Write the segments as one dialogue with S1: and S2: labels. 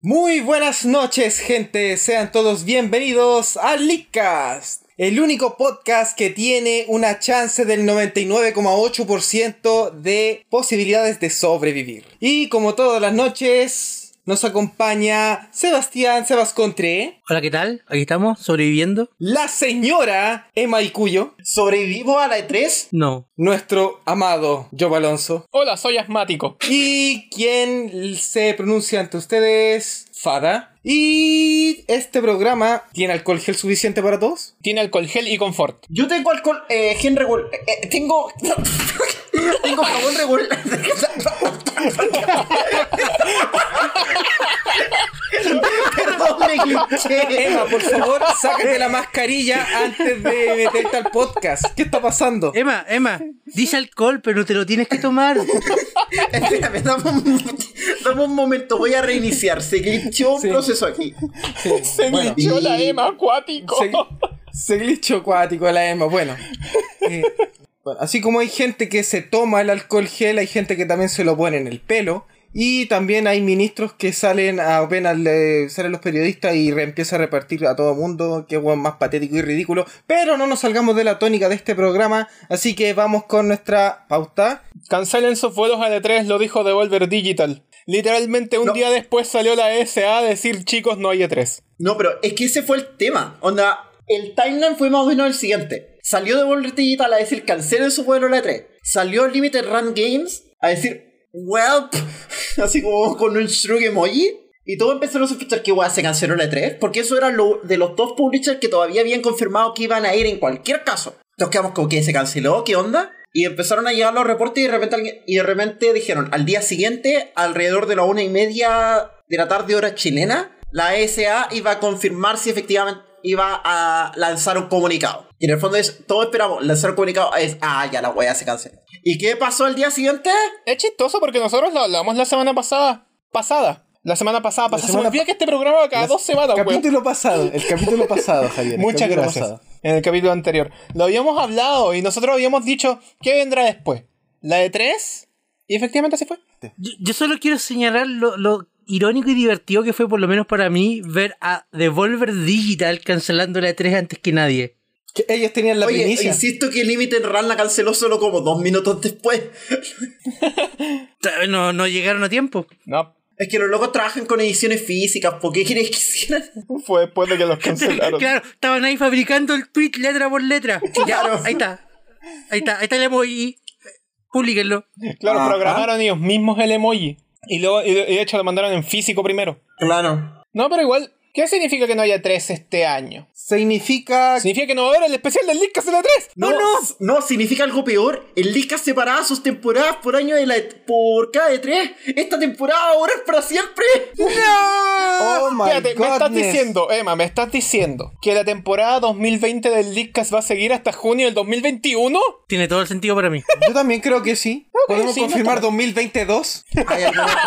S1: Muy buenas noches, gente. Sean todos bienvenidos al Leakcast, el único podcast que tiene una chance del 99,8% de posibilidades de sobrevivir. Y como todas las noches, nos acompaña Sebastián Sebascontre,
S2: Hola, ¿qué tal? Aquí estamos, sobreviviendo.
S1: la señora Emma Icuyo,
S3: ¿Sobrevivo a la E E3?
S2: No,
S1: nuestro amado Job Alonso,
S4: Hola, soy asmático.
S1: y quien se pronuncia ante ustedes, Fada. Y este programa tiene alcohol gel suficiente para todos.
S4: Tiene alcohol gel y confort.
S3: Yo tengo alcohol, eh, gen regul... eh, eh, tengo... tengo jabón regul... Perdón, me glitché.
S1: Emma, por favor, sácate la mascarilla antes de meterte al podcast. ¿Qué está pasando?
S2: Emma, Emma, dice alcohol, pero te lo tienes que tomar.
S3: Espérame, dame un, dame un momento, voy a reiniciar. Se glitchó un
S1: Sí.
S3: proceso aquí.
S4: Se
S3: Bueno,
S4: glitchó
S3: y-
S4: la Emma acuático.
S1: Se, se glitchó acuático la Emma. Bueno, eh, bueno, así como hay gente que se toma el alcohol gel, hay gente que también se lo pone en el pelo. Y también hay ministros que salen a- apenas le salen los periodistas y re- empieza a repartir a todo el mundo. Qué weón más patético y ridículo. Pero no nos salgamos de la tónica de este programa. Así que vamos con nuestra pauta.
S4: Cancelen sus vuelos a E3, lo dijo Devolver Digital. Literalmente un
S3: No.
S4: día después salió la ESA a decir, chicos, no hay E E3.
S3: No, pero es que ese fue el tema. Onda, el timeline fue más o menos el siguiente. Salió de World Digital a decir cancelen su vuelo la 3. Salió Limited Run Games a decir welp, así como con un shrug emoji. Y todos empezaron a sospechar que weá, se canceló la 3, porque eso era lo de los dos publishers que todavía habían confirmado que iban a ir en cualquier caso. Entonces quedamos como que se canceló, ¿qué onda? Y empezaron a llegar los reportes y de repente, alguien- y de repente dijeron, al día siguiente, alrededor de la una y media de la tarde hora chilena, la ESA iba a confirmar si efectivamente iba a lanzar un comunicado. Y en el fondo es, todos esperamos, lanzar un comunicado es, ah, ya la weá se canceló. ¿Y qué pasó al día siguiente?
S4: Es chistoso porque nosotros lo hablamos la semana pasada. Pasada. La semana pasada pasada. Se me
S1: semana
S4: olvida que este programa cada
S1: Las-
S4: dos semanas, weón.
S1: Capítulo pasado, el capítulo pasado, Javier. el
S4: Muchas
S1: capítulo
S4: gracias.
S1: pasado.
S4: En el capítulo anterior. Lo habíamos hablado y nosotros habíamos dicho, ¿qué vendrá después? ¿La E3? Y efectivamente así fue.
S2: Yo, yo solo quiero señalar lo, lo irónico y divertido que fue, por lo menos para mí, ver a Devolver Digital cancelando la E3 antes que nadie.
S1: Que ellos tenían la
S3: Oye,
S1: primicia.
S3: insisto que Limited Run la canceló solo como dos minutos después.
S2: Ta- No, no llegaron a tiempo.
S4: No.
S3: Es que los locos trabajan con ediciones físicas, ¿por qué quieres que hicieran?
S4: Fue después de que los cancelaron.
S2: Claro, estaban ahí fabricando el tweet letra por letra. Ya, ahí está. Ahí está, ahí está el emoji. Publíquenlo.
S4: Claro,
S3: Ajá.
S4: programaron ellos mismos el emoji. Y luego, y de y de hecho, lo mandaron en físico primero.
S3: Claro.
S4: No, pero igual, ¿qué significa que no haya tres este año?
S1: Significa.
S4: Significa que no va a haber el especial del Leadcast en la 3.
S3: No, Oh, no, no, significa algo peor. El Lika separaba sus temporadas por año de la por cada de tres. Esta temporada ahora es para siempre.
S1: Oh my
S4: Ah, Espérate, me estás
S1: goodness.
S4: diciendo, Emma, me estás diciendo que la temporada 2020 del Leadcast va a seguir hasta junio del 2021?
S2: Tiene todo el sentido para mí.
S1: Yo también creo que sí. Podemos
S4: sí, no
S1: confirmar
S4: está
S1: 2022.
S3: Hay alguna-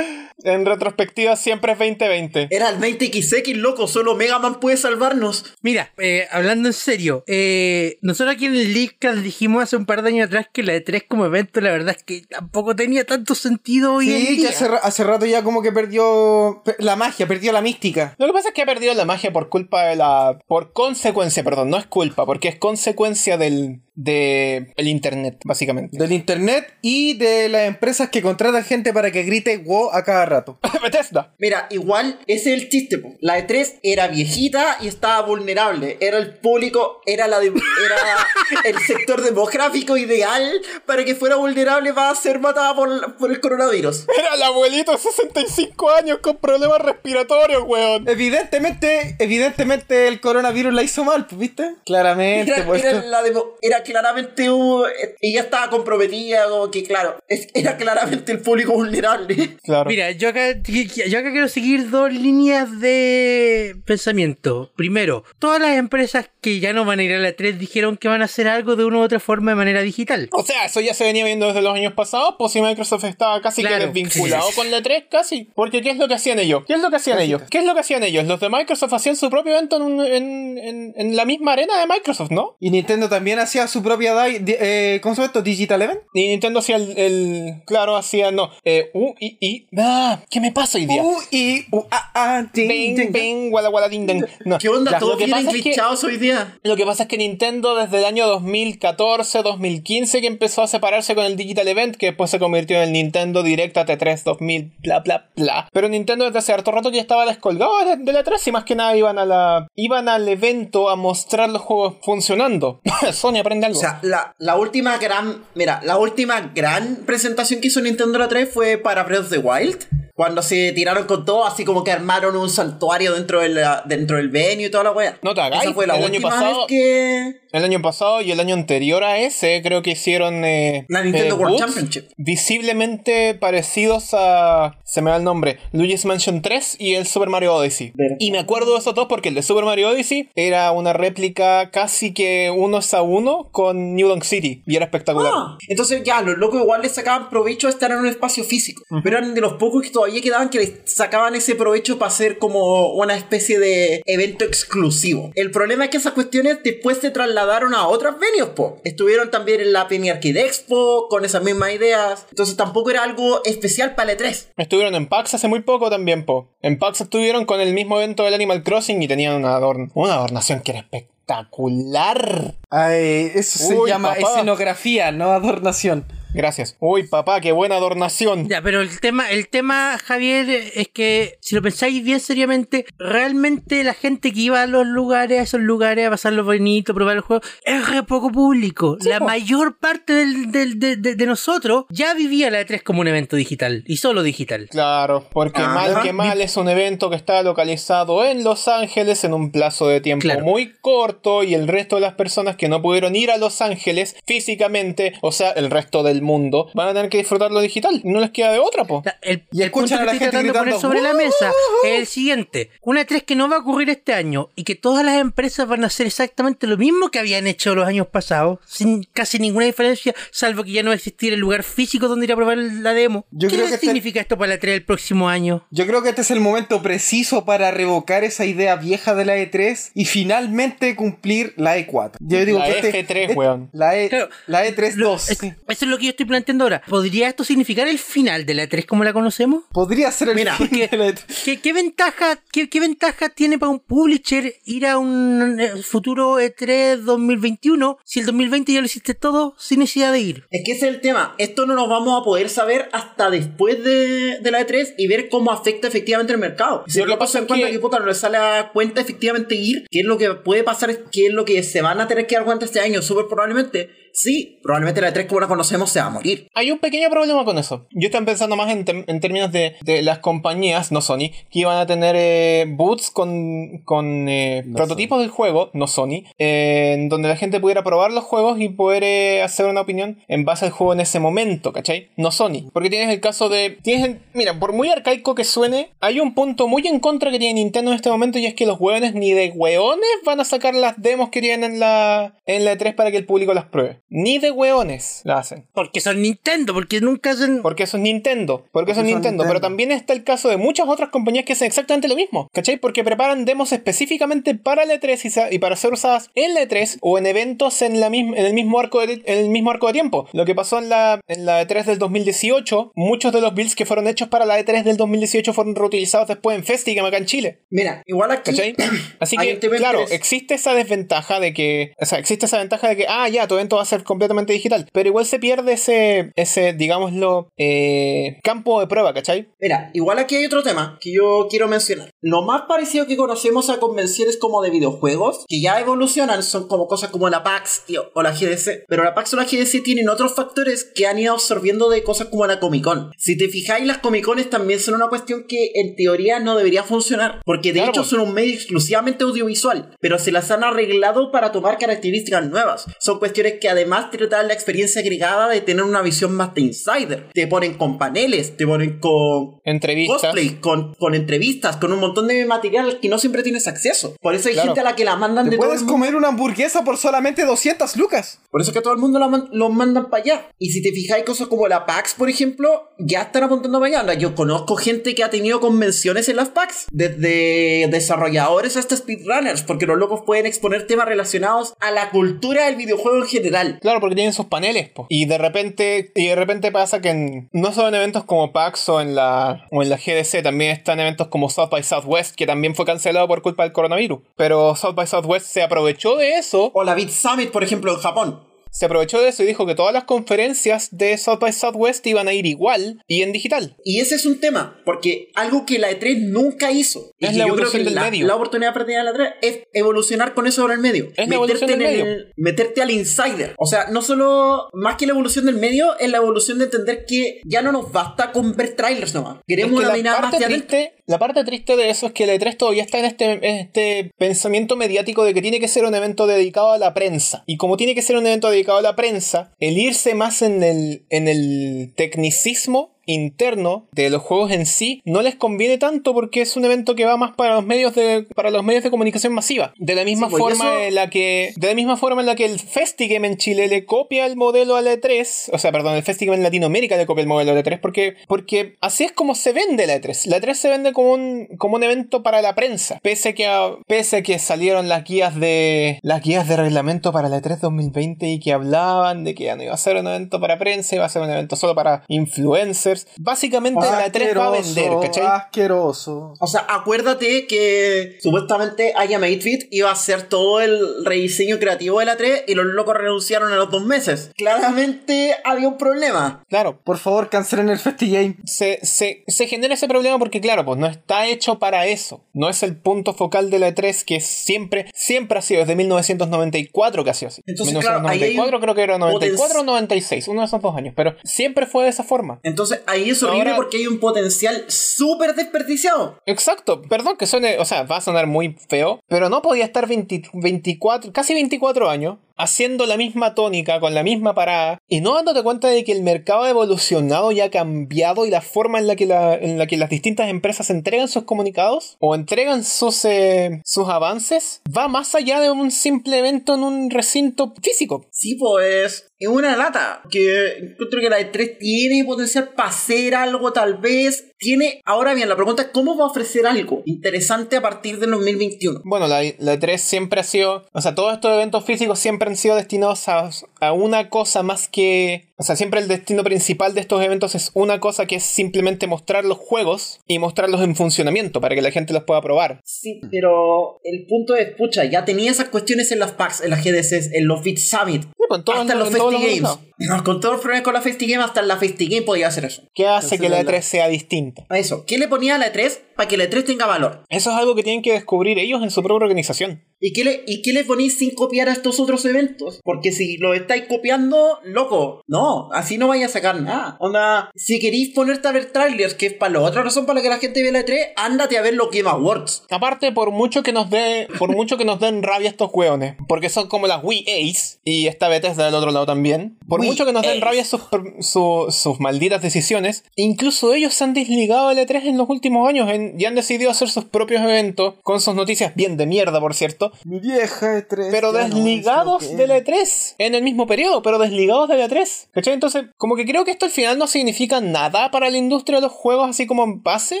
S4: En retrospectiva, siempre es 2020.
S1: Eh.
S3: Era el 20XX, loco. Solo Mega Man puede salvarnos.
S2: Mira, eh, hablando en serio, eh, nosotros aquí en el Leadcast dijimos hace un par de años atrás que la de 3 como evento, la verdad es que tampoco tenía tanto sentido hoy en
S1: Sí, que
S2: día.
S1: hace, ra- hace rato ya como que perdió pe- la magia, perdió la mística.
S4: Lo que pasa es que ha perdido la magia por culpa de la. Por consecuencia, perdón, no es culpa, porque es consecuencia del. de. el internet, básicamente.
S1: Del internet y de las empresas que contratan gente para que grite wow a cada rato.
S4: Bethesda.
S3: Mira, igual ese es el chiste. po. La de 3 era viejita y estaba vulnerable. Era el público, era, la de- era el sector demográfico ideal para que fuera vulnerable para ser matada por, por el coronavirus.
S4: Era el abuelito de 65 años con problemas respiratorios, weón.
S1: Evidentemente, evidentemente el coronavirus la hizo mal, pues, ¿viste? Claramente,
S3: Era,
S1: pues,
S3: era
S1: esto-
S3: la demo- era claramente un- ella estaba comprometida, como que claro, es- era claramente el público vulnerable.
S4: Claro.
S2: Mira, yo acá, yo acá quiero seguir dos líneas de pensamiento. Primero, todas las empresas que ya no van a ir a la 3 dijeron que van a hacer algo de una u otra forma de manera digital.
S4: O sea, eso ya se venía viendo desde los años pasados, pues si Microsoft estaba casi
S2: Claro.
S4: que desvinculado con la 3, casi. Porque ¿qué es lo que hacían ellos? ¿Qué es lo que hacían ellos? ¿Qué es lo que hacían ellos? Los de Microsoft hacían su propio evento en, un- en- en- en la misma arena de Microsoft, ¿no?
S1: Y Nintendo también hacía su propia DAI. di- eh, ¿Cómo se llama esto? ¿Digital Event?
S4: Y Nintendo hacía el, el- Claro, hacía. No. Eh, U, I, I. Ah, ¿Qué me pasa hoy día?
S1: U, I, U, A, A, Uh, ah, ding,
S4: Bing,
S1: ding.
S4: bing, guala, guala, ding, ding. No,
S3: ¿Qué onda?
S4: ya,
S3: Todos
S4: lo que
S3: vienen
S4: pasa es que-
S3: glitchados hoy día.
S4: Lo que pasa es que Nintendo desde el año 2014, 2015 que empezó a separarse con el Digital Event, que después se convirtió en el Nintendo Direct T3 2000, bla, bla, bla. Pero Nintendo desde hace harto rato ya estaba descolgado de, de la 3 y más que nada iban a la iban al evento a mostrar los juegos funcionando. Sony aprende algo.
S3: O sea, la, la última gran. Mira, la última gran presentación que hizo Nintendo la 3 fue para Breath of the Wild. Cuando se tiraron con todo, así como que armaron un santuario dentro, de la- dentro del venue y toda la wea.
S4: No te hagáis,
S3: Esa fue la
S4: el año
S3: última
S4: pasado-
S3: vez que.
S4: el año pasado y el año anterior a ese creo que hicieron eh,
S3: La Nintendo
S4: eh,
S3: World
S4: booths
S3: Championship.
S4: visiblemente parecidos a se me va el nombre Luigi's Mansion 3 y el Super Mario Odyssey y me acuerdo de esos dos porque el de Super Mario Odyssey era una réplica casi que uno es a uno con New Donk City y era espectacular
S3: Ah, entonces ya, los locos igual le sacaban provecho a estar en un espacio físico. Pero eran de los pocos que todavía quedaban que le sacaban ese provecho para hacer como una especie de evento exclusivo. El problema es que esas cuestiones después se trasladaron a otras venues, po. Estuvieron también en la Penny Arcade Expo con esas mismas ideas. Entonces tampoco era algo especial para el E E3.
S4: Estuvieron en PAX hace muy poco también, po. En PAX estuvieron con el mismo evento del Animal Crossing y tenían una, adorn- una adornación que era espectacular.
S1: Ay, eso se
S4: Uy,
S1: llama
S4: papá.
S1: escenografía, no adornación.
S4: Gracias. Uy, papá, qué buena adornación.
S2: Ya, pero el tema, el tema, Javier, es que si lo pensáis bien seriamente, realmente la gente que iba a los lugares, a esos lugares, a pasarlo bonito, a probar el juego, es re poco público. la mayor parte del- del- de, de- de nosotros ya vivía la E3 como un evento digital y solo digital.
S4: Claro, porque
S3: Ajá.
S4: mal que mal es un evento que está localizado en Los Ángeles en un plazo de tiempo
S2: Claro.
S4: muy corto y el resto de las personas que no pudieron ir a Los Ángeles físicamente, o sea, el resto del mundo, van a tener que disfrutar lo digital. No les queda de otra, po.
S2: La- el,
S1: Y
S2: el punto
S1: escuchan
S2: que
S1: a la
S2: estoy
S1: gente
S2: tratando
S1: gritando,
S2: de poner sobre la mesa es el siguiente. Una E3 que no va a ocurrir este año y que todas las empresas van a hacer exactamente lo mismo que habían hecho los años pasados, sin casi ninguna diferencia, salvo que ya no va a existir el lugar físico donde ir a probar la demo.
S1: Yo
S2: ¿Qué
S1: creo que este-
S2: significa esto para la E3 el próximo año?
S1: Yo creo que este es el momento preciso para revocar esa idea vieja de la E3 y finalmente cumplir la E4. Yo digo
S4: La
S1: que este-
S4: F3,
S1: eh,
S4: weón.
S1: La, e,
S2: Claro.
S1: la E3
S2: Lo-
S1: 2.
S2: es- eso es lo que yo estoy planteando ahora. ¿Podría esto significar el final de la E3 como la conocemos?
S1: Podría ser el
S3: Mira,
S1: fin
S2: porque-
S1: de la E E3.
S2: ¿Qué, qué ventaja, qué, qué ventaja tiene para un publisher ir a un eh, futuro E3 2021 si el 2020 ya lo hiciste todo sin necesidad de ir?
S3: Es que ese es el tema. Esto no nos vamos a poder saber hasta después de, de la E3 y ver cómo afecta efectivamente el mercado. Si
S4: Lo que
S3: lo
S4: pasa
S3: pasa en
S4: es
S3: cuenta
S4: que-
S3: que puta no les sale a cuenta efectivamente ir, qué es lo que puede pasar, qué es lo que se van a tener que dar cuenta este año, súper probablemente. Sí, probablemente la E3 como la conocemos se va a morir.
S4: Hay un pequeño problema con eso. Yo estaba pensando más en, tem- en términos de, de las compañías, no Sony, que iban a tener eh, boots con, con eh, prototipos del juego, no Sony, eh, en donde la gente pudiera probar los juegos y poder eh, hacer una opinión en base al juego en ese momento, ¿cachai? No Sony. Porque tienes el caso de... Tienes el- mira, por muy arcaico que suene, hay un punto muy en contra que tiene Nintendo en este momento y es que los hueones ni de hueones van a sacar las demos que tienen en la, en la E3 para que el público las pruebe. Ni de hueones la hacen.
S2: Porque son Nintendo, porque nunca hacen...
S4: Porque eso es Nintendo. Porque eso es
S1: Porque son
S4: Nintendo. Pero
S1: Nintendo.
S4: también está el caso de muchas otras compañías que hacen exactamente lo mismo. ¿Cachai? Porque preparan demos específicamente para la E3 y, sa- y para ser usadas en la E3 o en eventos en, la misma, en, el mismo arco de, en el mismo arco de tiempo. Lo que pasó en la, en la E3 del 2018, muchos de los builds que fueron hechos para la E3 del 2018 fueron reutilizados después en Festigame acá en Chile.
S3: Mira, igual aquí...
S4: ¿Cachai? Así
S3: hay
S4: que,
S3: un tema
S4: claro,
S3: interés-
S4: existe esa desventaja de que. O sea, existe esa ventaja de que, ah, ya, tu evento va a ser completamente digital. Pero igual se pierde ese, ese digámoslo, eh, campo de prueba, ¿cachai?
S3: Mira, igual aquí hay otro tema que yo quiero mencionar. Lo más parecido que conocemos a convenciones como de videojuegos, que ya evolucionan, son como cosas como la PAX y- o la GDC. Pero la PAX o la GDC tienen otros factores que han ido absorbiendo de cosas como la Comic Con. Si te fijáis, las Comic Cones también son una cuestión que en teoría no debería funcionar, porque de
S4: Claro,
S3: hecho
S4: pues.
S3: son un medio exclusivamente audiovisual, pero se las han arreglado para tomar características nuevas. Son cuestiones que además además te da la experiencia agregada de tener una visión más de insider. Te ponen con paneles, te ponen con
S4: Entrevistas.
S3: cosplay, con, con entrevistas, con un montón de material al que no siempre tienes acceso. Por eso hay
S4: Claro.
S3: gente a la que la mandan
S1: Te
S3: de todo el
S1: puedes
S3: mundo.
S1: comer una hamburguesa por solamente 200 lucas.
S3: Por eso es que a todo el mundo la man- los mandan para allá. Y si te fijáis, cosas como la PAX, por ejemplo, ya están apuntando para allá. Onda, Yo conozco gente que ha tenido convenciones en las PAX, desde desarrolladores hasta speedrunners, porque los locos pueden exponer temas relacionados a la cultura del videojuego en general.
S4: Claro, porque tienen sus paneles, po. Y de repente, y de repente pasa que en- no solo en eventos como PAX o en la o en la GDC, también están eventos como South by Southwest, que también fue cancelado por culpa del coronavirus. Pero South by Southwest se aprovechó de eso,
S3: O la Bit Summit, por ejemplo, en Japón.
S4: se aprovechó de eso y dijo que todas las conferencias de South by Southwest iban a ir igual y en digital.
S3: Y ese es un tema, porque algo que la E3 nunca hizo, y
S4: Es
S3: que
S4: la
S3: yo creo
S4: evolución
S3: que
S4: del
S3: la,
S4: medio.
S3: la oportunidad perdida de la E3 es evolucionar con eso ahora el medio.
S4: Es la evolución
S3: en
S4: del
S3: el- meterte al insider. O sea, no solo, más que la evolución del medio, es la evolución de entender que ya no nos basta con ver trailers nomás.
S4: Es
S3: Queremos
S4: que
S3: una
S4: la,
S3: mirada más
S4: parte
S3: de adentro.
S4: triste, la parte triste de eso es que el E3 todavía está en este, en este pensamiento mediático de que tiene que ser un evento dedicado a la prensa. Y como tiene que ser un evento dedicado a la prensa, el irse más en el, en el tecnicismo interno de los juegos en sí no les conviene tanto porque es un evento que va más para los medios de para los medios de comunicación masiva de la misma
S3: Sí, pues, y
S4: forma
S3: eso-
S4: en la que de la misma forma en la que el Festigame en Chile le copia el modelo al E3 o sea perdón el Festigame en Latinoamérica le copia el modelo al E3 porque porque así es como se vende la E3 la E3 se vende como un como un evento para la prensa pese a que a- pese a que salieron las guías de las guías de reglamento para la E E3 2020 y que hablaban de que ya no iba a ser un evento para prensa iba a ser un evento solo para influencers básicamente la E3 va a vender ¿cachai?
S1: Asqueroso.
S3: O sea, acuérdate que supuestamente Aya Maidfit iba a hacer todo el rediseño creativo de la 3 y los locos renunciaron a los dos meses. Claramente había un problema.
S4: claro
S1: Por favor, cancelen el FestiGame.
S4: se, se, se genera ese problema porque, claro, pues no está hecho para eso. No es el punto focal de la E3 que siempre, siempre ha sido, desde 1994 que ha sido así.
S3: Entonces, claro, ahí hay
S4: 1994
S3: un
S4: creo que era 94
S3: poten-
S4: o 96, uno de esos dos años, pero siempre fue de esa forma.
S3: Entonces ahí es horrible
S4: Ahora-
S3: porque hay un potencial súper desperdiciado.
S4: Exacto, perdón que suene, o sea, va a sonar muy feo, pero no podía estar 20 24, casi 24 años haciendo la misma tónica, con la misma parada, y no dándote cuenta de que el mercado ha evolucionado y ha cambiado y la forma en la que, la- en la que las distintas empresas entregan sus comunicados o entregan sus, eh, sus avances va más allá de un simple evento en un recinto físico.
S3: Sí, pues es una lata. Que encuentro que la E3 tiene potencial para hacer algo, tal vez. Tiene. Ahora bien, la pregunta es: ¿cómo va a ofrecer algo interesante a partir del 2021?
S4: Bueno, la, la E3 siempre ha sido. O sea, todos estos eventos físicos siempre han sido destinados a, a una cosa más que. O sea, siempre el destino principal de estos eventos es una cosa que es simplemente mostrar los juegos y mostrarlos en funcionamiento para que la gente los pueda probar.
S3: Sí, pero el punto es: pucha, ya tenía esas cuestiones en las PAX, en las GDCs, en los Bit Summit.
S4: Sí, pues, en todos-
S3: hasta en los
S4: en todos los
S3: FestiGames.
S4: lados.
S3: No, con todos los problemas con la FestiGame, hasta en la FestiGame podía hacer eso.
S4: ¿Qué hace que la
S1: Entonces,
S4: E3 sea distinta?
S3: Eso. ¿Qué le ponía a la E3 para que la E3 tenga valor?
S4: Eso es algo que tienen que descubrir ellos en su propia organización.
S3: ¿Y qué, le, ¿Y qué le ponéis sin copiar a estos otros eventos? Porque si lo estáis copiando, loco, no, así no vais a sacar nada. Onda, si queréis ponerte a ver trailers, que es para la otra razón para la que la gente ve la E3, ándate a ver los Game Awards.
S4: Aparte, por mucho que nos dé, por mucho que nos den rabia estos hueones, porque son como las Wii Ace, y esta Bethesda del otro lado también, por
S3: Wii
S4: mucho que nos den
S3: Ace.
S4: rabia sus, per- su- sus malditas decisiones, incluso ellos se han desligado del E3 en los últimos años en- y han decidido hacer sus propios eventos, con sus noticias bien de mierda, por cierto,
S1: Mi vieja E3.
S4: pero
S1: ya no es lo
S4: desligados
S1: que
S4: de
S1: es.
S4: la E3 en el mismo periodo, pero desligados de la E3. ¿Cachai? Entonces, como que creo que esto al final no significa nada para la industria de los juegos, así como en base.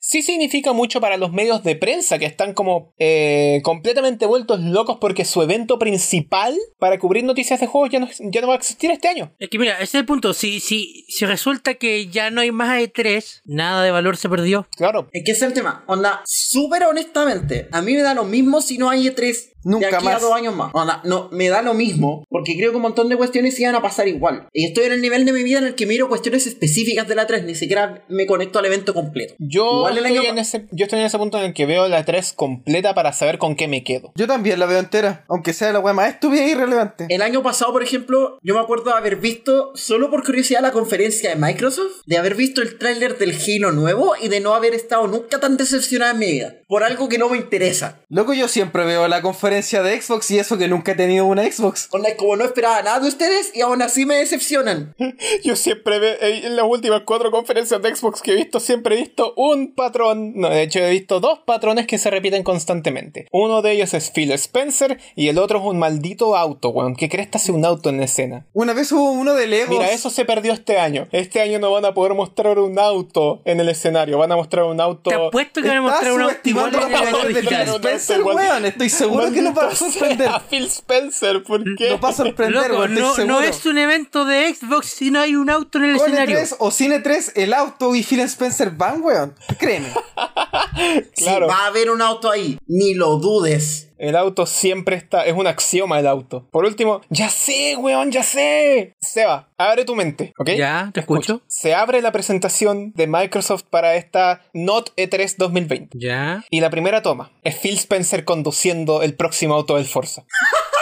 S4: Sí significa mucho para los medios de prensa que están como eh, completamente vueltos locos porque su evento principal para cubrir noticias de juegos ya no, ya no va a existir este año.
S2: Es que mira, ese es el punto. Si, si, si resulta que ya no hay más E3, nada de valor se perdió.
S4: Claro.
S3: Es que ese es el tema. Onda, súper honestamente, a mí me da lo mismo si no hay E3
S1: Nunca
S3: de aquí a
S1: más.
S3: dos años más. Onda, no, me da lo mismo, porque creo que un montón de cuestiones iban a pasar igual. Y estoy en el nivel de mi vida en el que miro cuestiones específicas de la 3, ni siquiera me conecto al evento completo.
S4: Yo
S3: Igual el
S4: estoy,
S3: año
S4: en
S3: pa-
S4: ese, yo estoy en ese punto en el que veo la E3 completa para saber con qué me quedo.
S1: Yo también la veo entera, aunque sea la wea más estúpida e irrelevante.
S3: El año pasado, por ejemplo, yo me acuerdo de haber visto, solo por curiosidad, la conferencia de Microsoft, de haber visto el tráiler del Halo nuevo y de no haber estado nunca tan decepcionada en mi vida, por algo que no me interesa.
S1: Loco, yo siempre veo la diferencia de Xbox y eso que nunca he tenido una Xbox.
S3: Onda, como no esperaba nada de ustedes y aún así me decepcionan.
S4: Yo siempre ve- eh, en las últimas cuatro conferencias de Xbox que he visto, siempre he visto un patrón. No, de hecho, he visto dos patrones que se repiten constantemente. Uno de ellos es Phil Spencer y el otro es un maldito auto, weón. ¿Qué crees que hace un auto en la escena?
S1: Una vez hubo uno de Legos.
S4: Mira, eso se perdió este año. Este año no van a poder mostrar un auto en el escenario. Van a mostrar un auto.
S2: Te apuesto que van a
S1: Está
S2: mostrar un auto igual
S1: subestimando este
S2: en el
S1: los valores
S2: evento
S1: de Phil
S2: digital.
S4: Claro,
S1: Spencer,
S4: igual.
S1: weón. Estoy seguro que nos va a
S4: Maldito sea,
S1: sorprender. Mm,
S4: Phil Spencer, ¿por qué?
S1: Nos va a sorprender,
S2: Loco,
S1: weón. Estoy
S2: no,
S1: seguro.
S2: no es un evento de Xbox si no hay un auto en el
S1: Con E
S2: escenario.
S1: E3 o Cine 3, el auto y Phil Spencer van, weón. Créeme.
S4: Claro.
S3: Si va a haber un auto ahí, ni lo dudes.
S4: El auto siempre está, es un axioma el auto. Por último, ya sé, weón, ya sé. Seba, abre tu mente, ¿ok?
S2: Ya, te escucho.
S4: Se abre la presentación de Microsoft para esta E Not E3 2020.
S2: Ya.
S4: Y la primera toma es Phil Spencer conduciendo el próximo auto del Forza.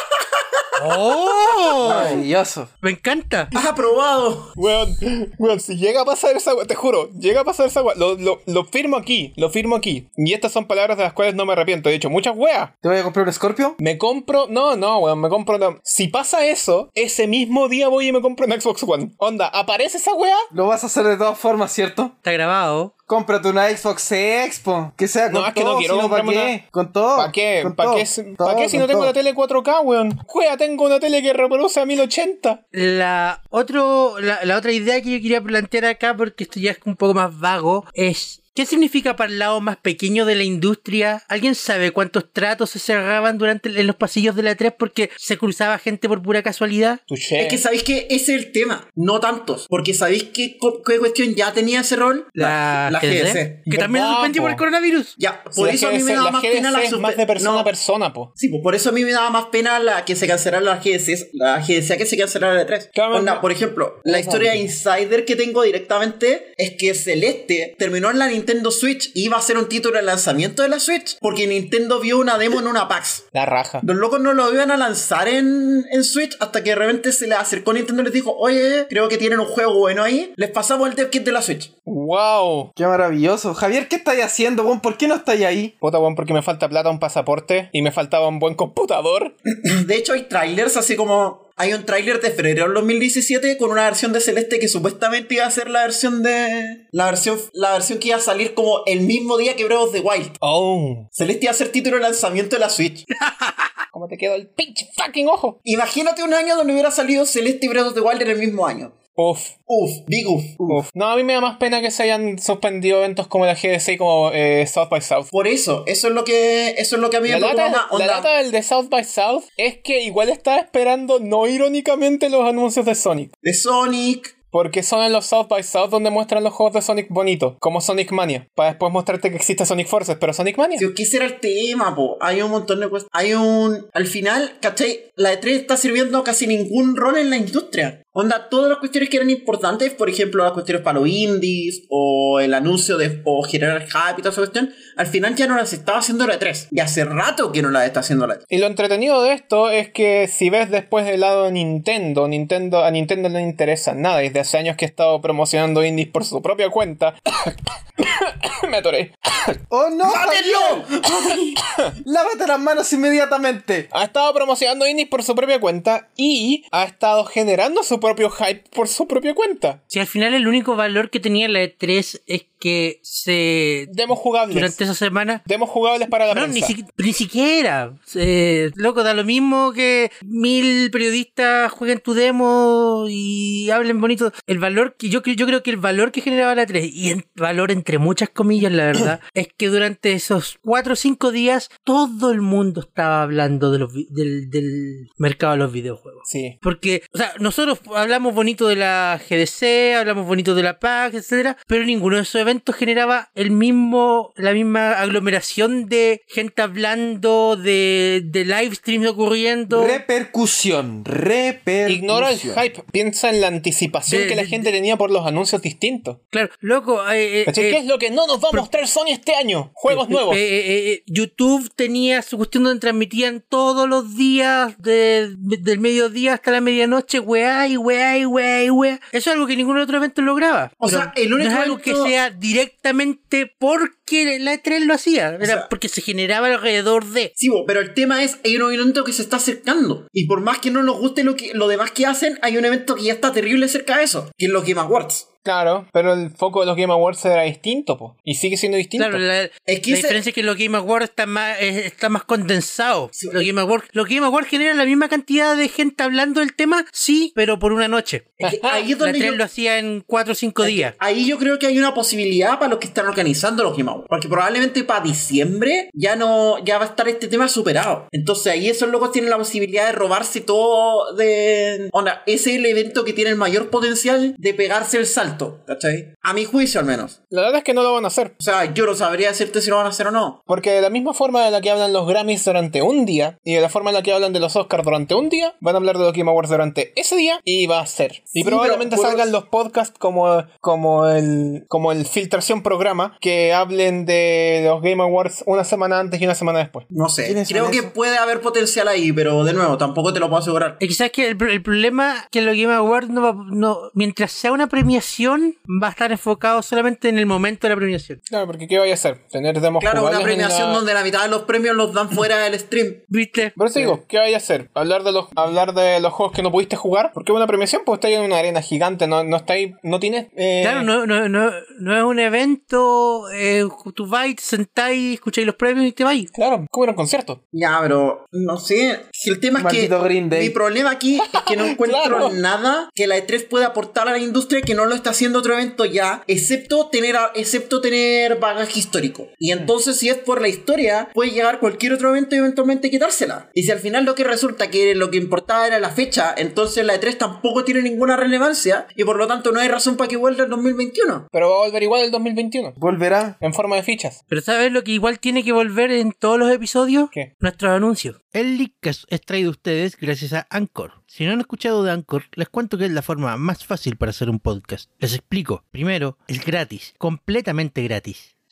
S2: ¡Oh!
S1: Maravilloso.
S2: Me encanta.
S3: ¡Has aprobado!
S4: Weón, weón, si llega a pasar esa weón, te juro, llega a pasar esa weón, lo, lo, lo firmo aquí, lo firmo aquí. Y estas son palabras de las cuales no me arrepiento. He dicho muchas weas,
S1: ¿Te voy a comprar un Scorpio?
S4: Me compro. No, no, weón, me compro una. Si pasa eso, ese mismo día voy y me compro una Xbox One. Onda, ¿aparece esa weá?
S1: Lo vas a hacer de todas formas, ¿cierto?
S2: Está grabado.
S1: Cómprate una Xbox Expo. Que sea con
S4: No, es que no
S1: todo,
S4: quiero
S1: si ¿para
S4: comprarme
S1: qué? Con todo.
S4: ¿Para qué?
S1: con
S4: ¿Para
S1: todo,
S4: qué, si-
S1: con
S4: ¿Para
S1: todo,
S4: qué si no
S1: con
S4: tengo
S1: todo.
S4: una tele 4K, weón? Wea, tengo una tele que reproduce a 1080.
S2: La, otro, la, la otra idea que yo quería plantear acá, porque esto ya es un poco más vago, es... ¿Qué significa para el lado más pequeño de la industria? ¿Alguien sabe cuántos tratos se cerraban durante en los pasillos de la 3 porque se cruzaba gente por pura casualidad?
S4: Touché.
S3: Es que sabéis que ese es el tema, no tantos. Porque sabéis que qué cuestión ya tenía ese rol. GDC.
S2: Que también se
S4: ¿Verdad,
S2: suspendió por el
S4: po?
S2: coronavirus.
S3: Ya, por
S4: Si la
S3: eso a mí
S4: GDC
S3: me daba
S4: la
S3: más pena la
S4: GDC es
S3: suspe-
S4: más de persona
S3: No.
S4: a persona, po.
S3: Sí, pues por eso a mí me daba más pena la que se cancelara la GDC, la GDC que se cancelara la 3.
S4: Claro,
S3: Onda,
S4: no.
S3: por ejemplo, la historia de Insider que tengo directamente es que Celeste terminó en la Nintendo Switch y iba a ser un título de lanzamiento de la Switch porque Nintendo vio una demo en una PAX.
S4: La raja.
S3: Los locos no lo iban a lanzar en, en Switch hasta que de repente se les acercó Nintendo y les dijo, oye, creo que tienen un juego bueno ahí, les pasamos el dev kit de la Switch.
S4: Wow.
S1: Qué maravilloso. Javier, ¿qué estáis haciendo, weón? ¿Por qué no estáis ahí?
S4: Puta, weón, porque me falta plata, un pasaporte y me faltaba un buen computador.
S3: De hecho, hay trailers así como. Hay un trailer de febrero del 2017 con una versión de Celeste que supuestamente iba a ser la versión de. La versión, la versión que iba a salir como el mismo día que Breath of the Wild.
S4: Oh.
S3: Celeste iba a ser título de lanzamiento de la Switch.
S4: ¿Cómo te quedó el pinche fucking ojo?
S3: Imagínate un año donde hubiera salido Celeste y Breath of the Wild en el mismo año.
S4: Uf.
S3: Uf, big uf.
S4: Uf. No, a mí me da más pena que se hayan suspendido eventos como la GDC y como eh, South by South.
S3: Por eso, eso es lo que. Eso es lo que a mí
S4: La
S3: me preocupa más.
S4: lata, la
S3: Onda,
S4: lata del de South by South es que igual estaba esperando no irónicamente los anuncios de Sonic.
S3: De Sonic.
S4: Porque son en los South by South donde muestran los juegos de Sonic bonitos, como Sonic Mania, para después mostrarte que existe Sonic Forces, pero Sonic Mania.
S3: Si qué será el tema, po. Hay un montón de cosas. Hay un. Al final, ¿cachai? La E3 está sirviendo casi ningún rol en la industria. Onda, todas las cuestiones que eran importantes, por ejemplo, las cuestiones para los indies, o el anuncio de. o generar hype y toda esa cuestión, al final ya no las estaba haciendo la E3. Y hace rato que no las está haciendo la E E3.
S4: Y lo entretenido de esto es que si ves después del lado de Nintendo, Nintendo a Nintendo no le interesa nada. Desde hace años que he estado promocionando indies por su propia cuenta. Me atoré.
S1: ¡Oh, no!
S3: ¡Mátenlo!
S1: Javier! ¡Lávate las manos inmediatamente!
S4: Ha estado promocionando indies por su propia cuenta y ha estado generando su propio hype por su propia cuenta.
S2: Si al final el único valor que tenía la E3 es que se...
S4: Demos jugables.
S2: Durante esa semana...
S4: Demos jugables para la
S2: No, ni,
S4: prensa.
S2: si- ni siquiera. Eh, loco, da lo mismo que mil periodistas jueguen tu demo y hablen bonito. El valor que yo, creo- yo creo que el valor que generaba la 3, y en- valor entre muchas comillas, la verdad, es que durante esos cuatro o cinco días todo el mundo estaba hablando de los vi- del, del mercado de los videojuegos.
S4: Sí.
S2: Porque, o sea, nosotros hablamos bonito de la GDC, hablamos bonito de la PAC, etcétera, pero ninguno de esos eventos generaba el mismo, la misma aglomeración de gente hablando, de, de live streams ocurriendo.
S1: Repercusión. Repercusión.
S4: Ignora el hype, piensa en la anticipación
S2: De-
S4: que la
S2: de-
S4: gente tenía por los anuncios distintos.
S2: claro, loco, eh, eh,
S4: ¿Cachai?
S2: eh,
S4: ¿Qué es lo que no nos va a
S2: pro-
S4: mostrar Sony este año? Juegos nuevos.
S2: Eh, eh, eh, YouTube tenía su cuestión donde transmitían todos los días, de- del mediodía hasta la medianoche, weá y weá y weá y weá. Eso es algo que ningún otro evento lograba.
S3: O
S2: Pero
S3: sea, el único
S2: no es algo
S3: evento-
S2: que sea directamente porque la E3 lo hacía. Era
S3: sea-
S2: porque se generaba alrededor de.
S3: Sí, bo, pero el tema es, hay un evento que se está acercando. Y por más que no nos guste lo, que, lo demás que hacen, hay un evento que ya está terrible cerca de eso, que es los Game Awards.
S4: Claro, pero el foco de los Game Awards era distinto, po, y sigue siendo distinto.
S2: Claro, la,
S3: Es que
S2: la
S3: ese-
S2: diferencia es que los Game Awards están más, eh, está más condensado.
S3: Sí. eh.
S2: Los, Game Awards, los Game Awards generan la misma cantidad de gente hablando del tema, sí, pero por una noche.
S3: Es que ahí es
S2: La
S3: donde
S2: 3
S3: yo-
S2: lo hacía en 4 o 5 días.
S3: Ahí yo creo que hay una posibilidad para los que están organizando los Game Awards. Porque probablemente para diciembre ya no ya va a estar este tema superado. Entonces ahí esos locos tienen la posibilidad de robarse todo de. Onda, ese es el evento que tiene el mayor potencial de pegarse el salto. ¿Cachai? A mi juicio al menos.
S4: La verdad es que no lo van a hacer.
S3: O sea, yo no sabría decirte si lo van a hacer o no.
S4: Porque de la misma forma de la que hablan los Grammys durante un día, y de la forma en la que hablan de los Oscars durante un día, van a hablar de los Game Awards durante ese día, y va a ser. Y
S3: Sí,
S4: probablemente
S3: pero- pero-
S4: salgan los podcasts como, como, el, como el filtración programa, que hablen de los Game Awards una semana antes y una semana después.
S3: No sé.
S1: ¿Quiénes son
S3: Creo que
S1: esos?
S3: puede haber potencial ahí, pero de nuevo, tampoco te lo puedo asegurar.
S2: Y quizás que el, pro- el problema es que los Game Awards, no, va- no- mientras sea una premiación, va a estar enfocado solamente en el momento de la premiación.
S4: Claro, porque ¿qué vaya a hacer? Tener demos
S3: Claro, una
S4: jugables en la-
S3: premiación donde la mitad de los premios los dan fuera del stream.
S2: ¿Viste?
S4: Por eso digo, ¿qué vaya a hacer? ¿Hablar de los hablar de los juegos que no pudiste jugar? Porque es una premiación, pues estáis en una arena gigante, no, no estáis, no tienes... eh,
S2: Claro, no, no, no, no es un evento, eh, tú vais, te sentáis, escucháis los premios y te vais.
S4: Claro, como era un concierto.
S3: Ya, pero no sé. Si El tema es
S1: Maldito
S3: que
S1: Green Day.
S3: mi problema aquí es que no encuentro
S4: Claro.
S3: nada que la E3 pueda aportar a la industria que no lo está haciendo otro evento ya, excepto tener, a- excepto tener bagaje histórico. Y
S1: Mm.
S3: entonces, si es por la historia, puede llegar cualquier otro evento y eventualmente quitársela. Y si al final lo que resulta que lo que importaba era la fecha, entonces la E3 tampoco tiene ninguna relevancia y por lo tanto no hay razón para que vuelva el 2021.
S4: Pero va a volver igual el 2021,
S1: Volverá.
S4: en forma de fichas.
S2: Pero ¿sabes lo que igual tiene que volver en todos los episodios?
S4: ¿Qué?
S2: Nuestros anuncios. El Leadcast es traído a ustedes gracias a Anchor. Si no han escuchado de Anchor, les cuento que es la forma más fácil para hacer un podcast. Les explico. Primero, es gratis, completamente gratis.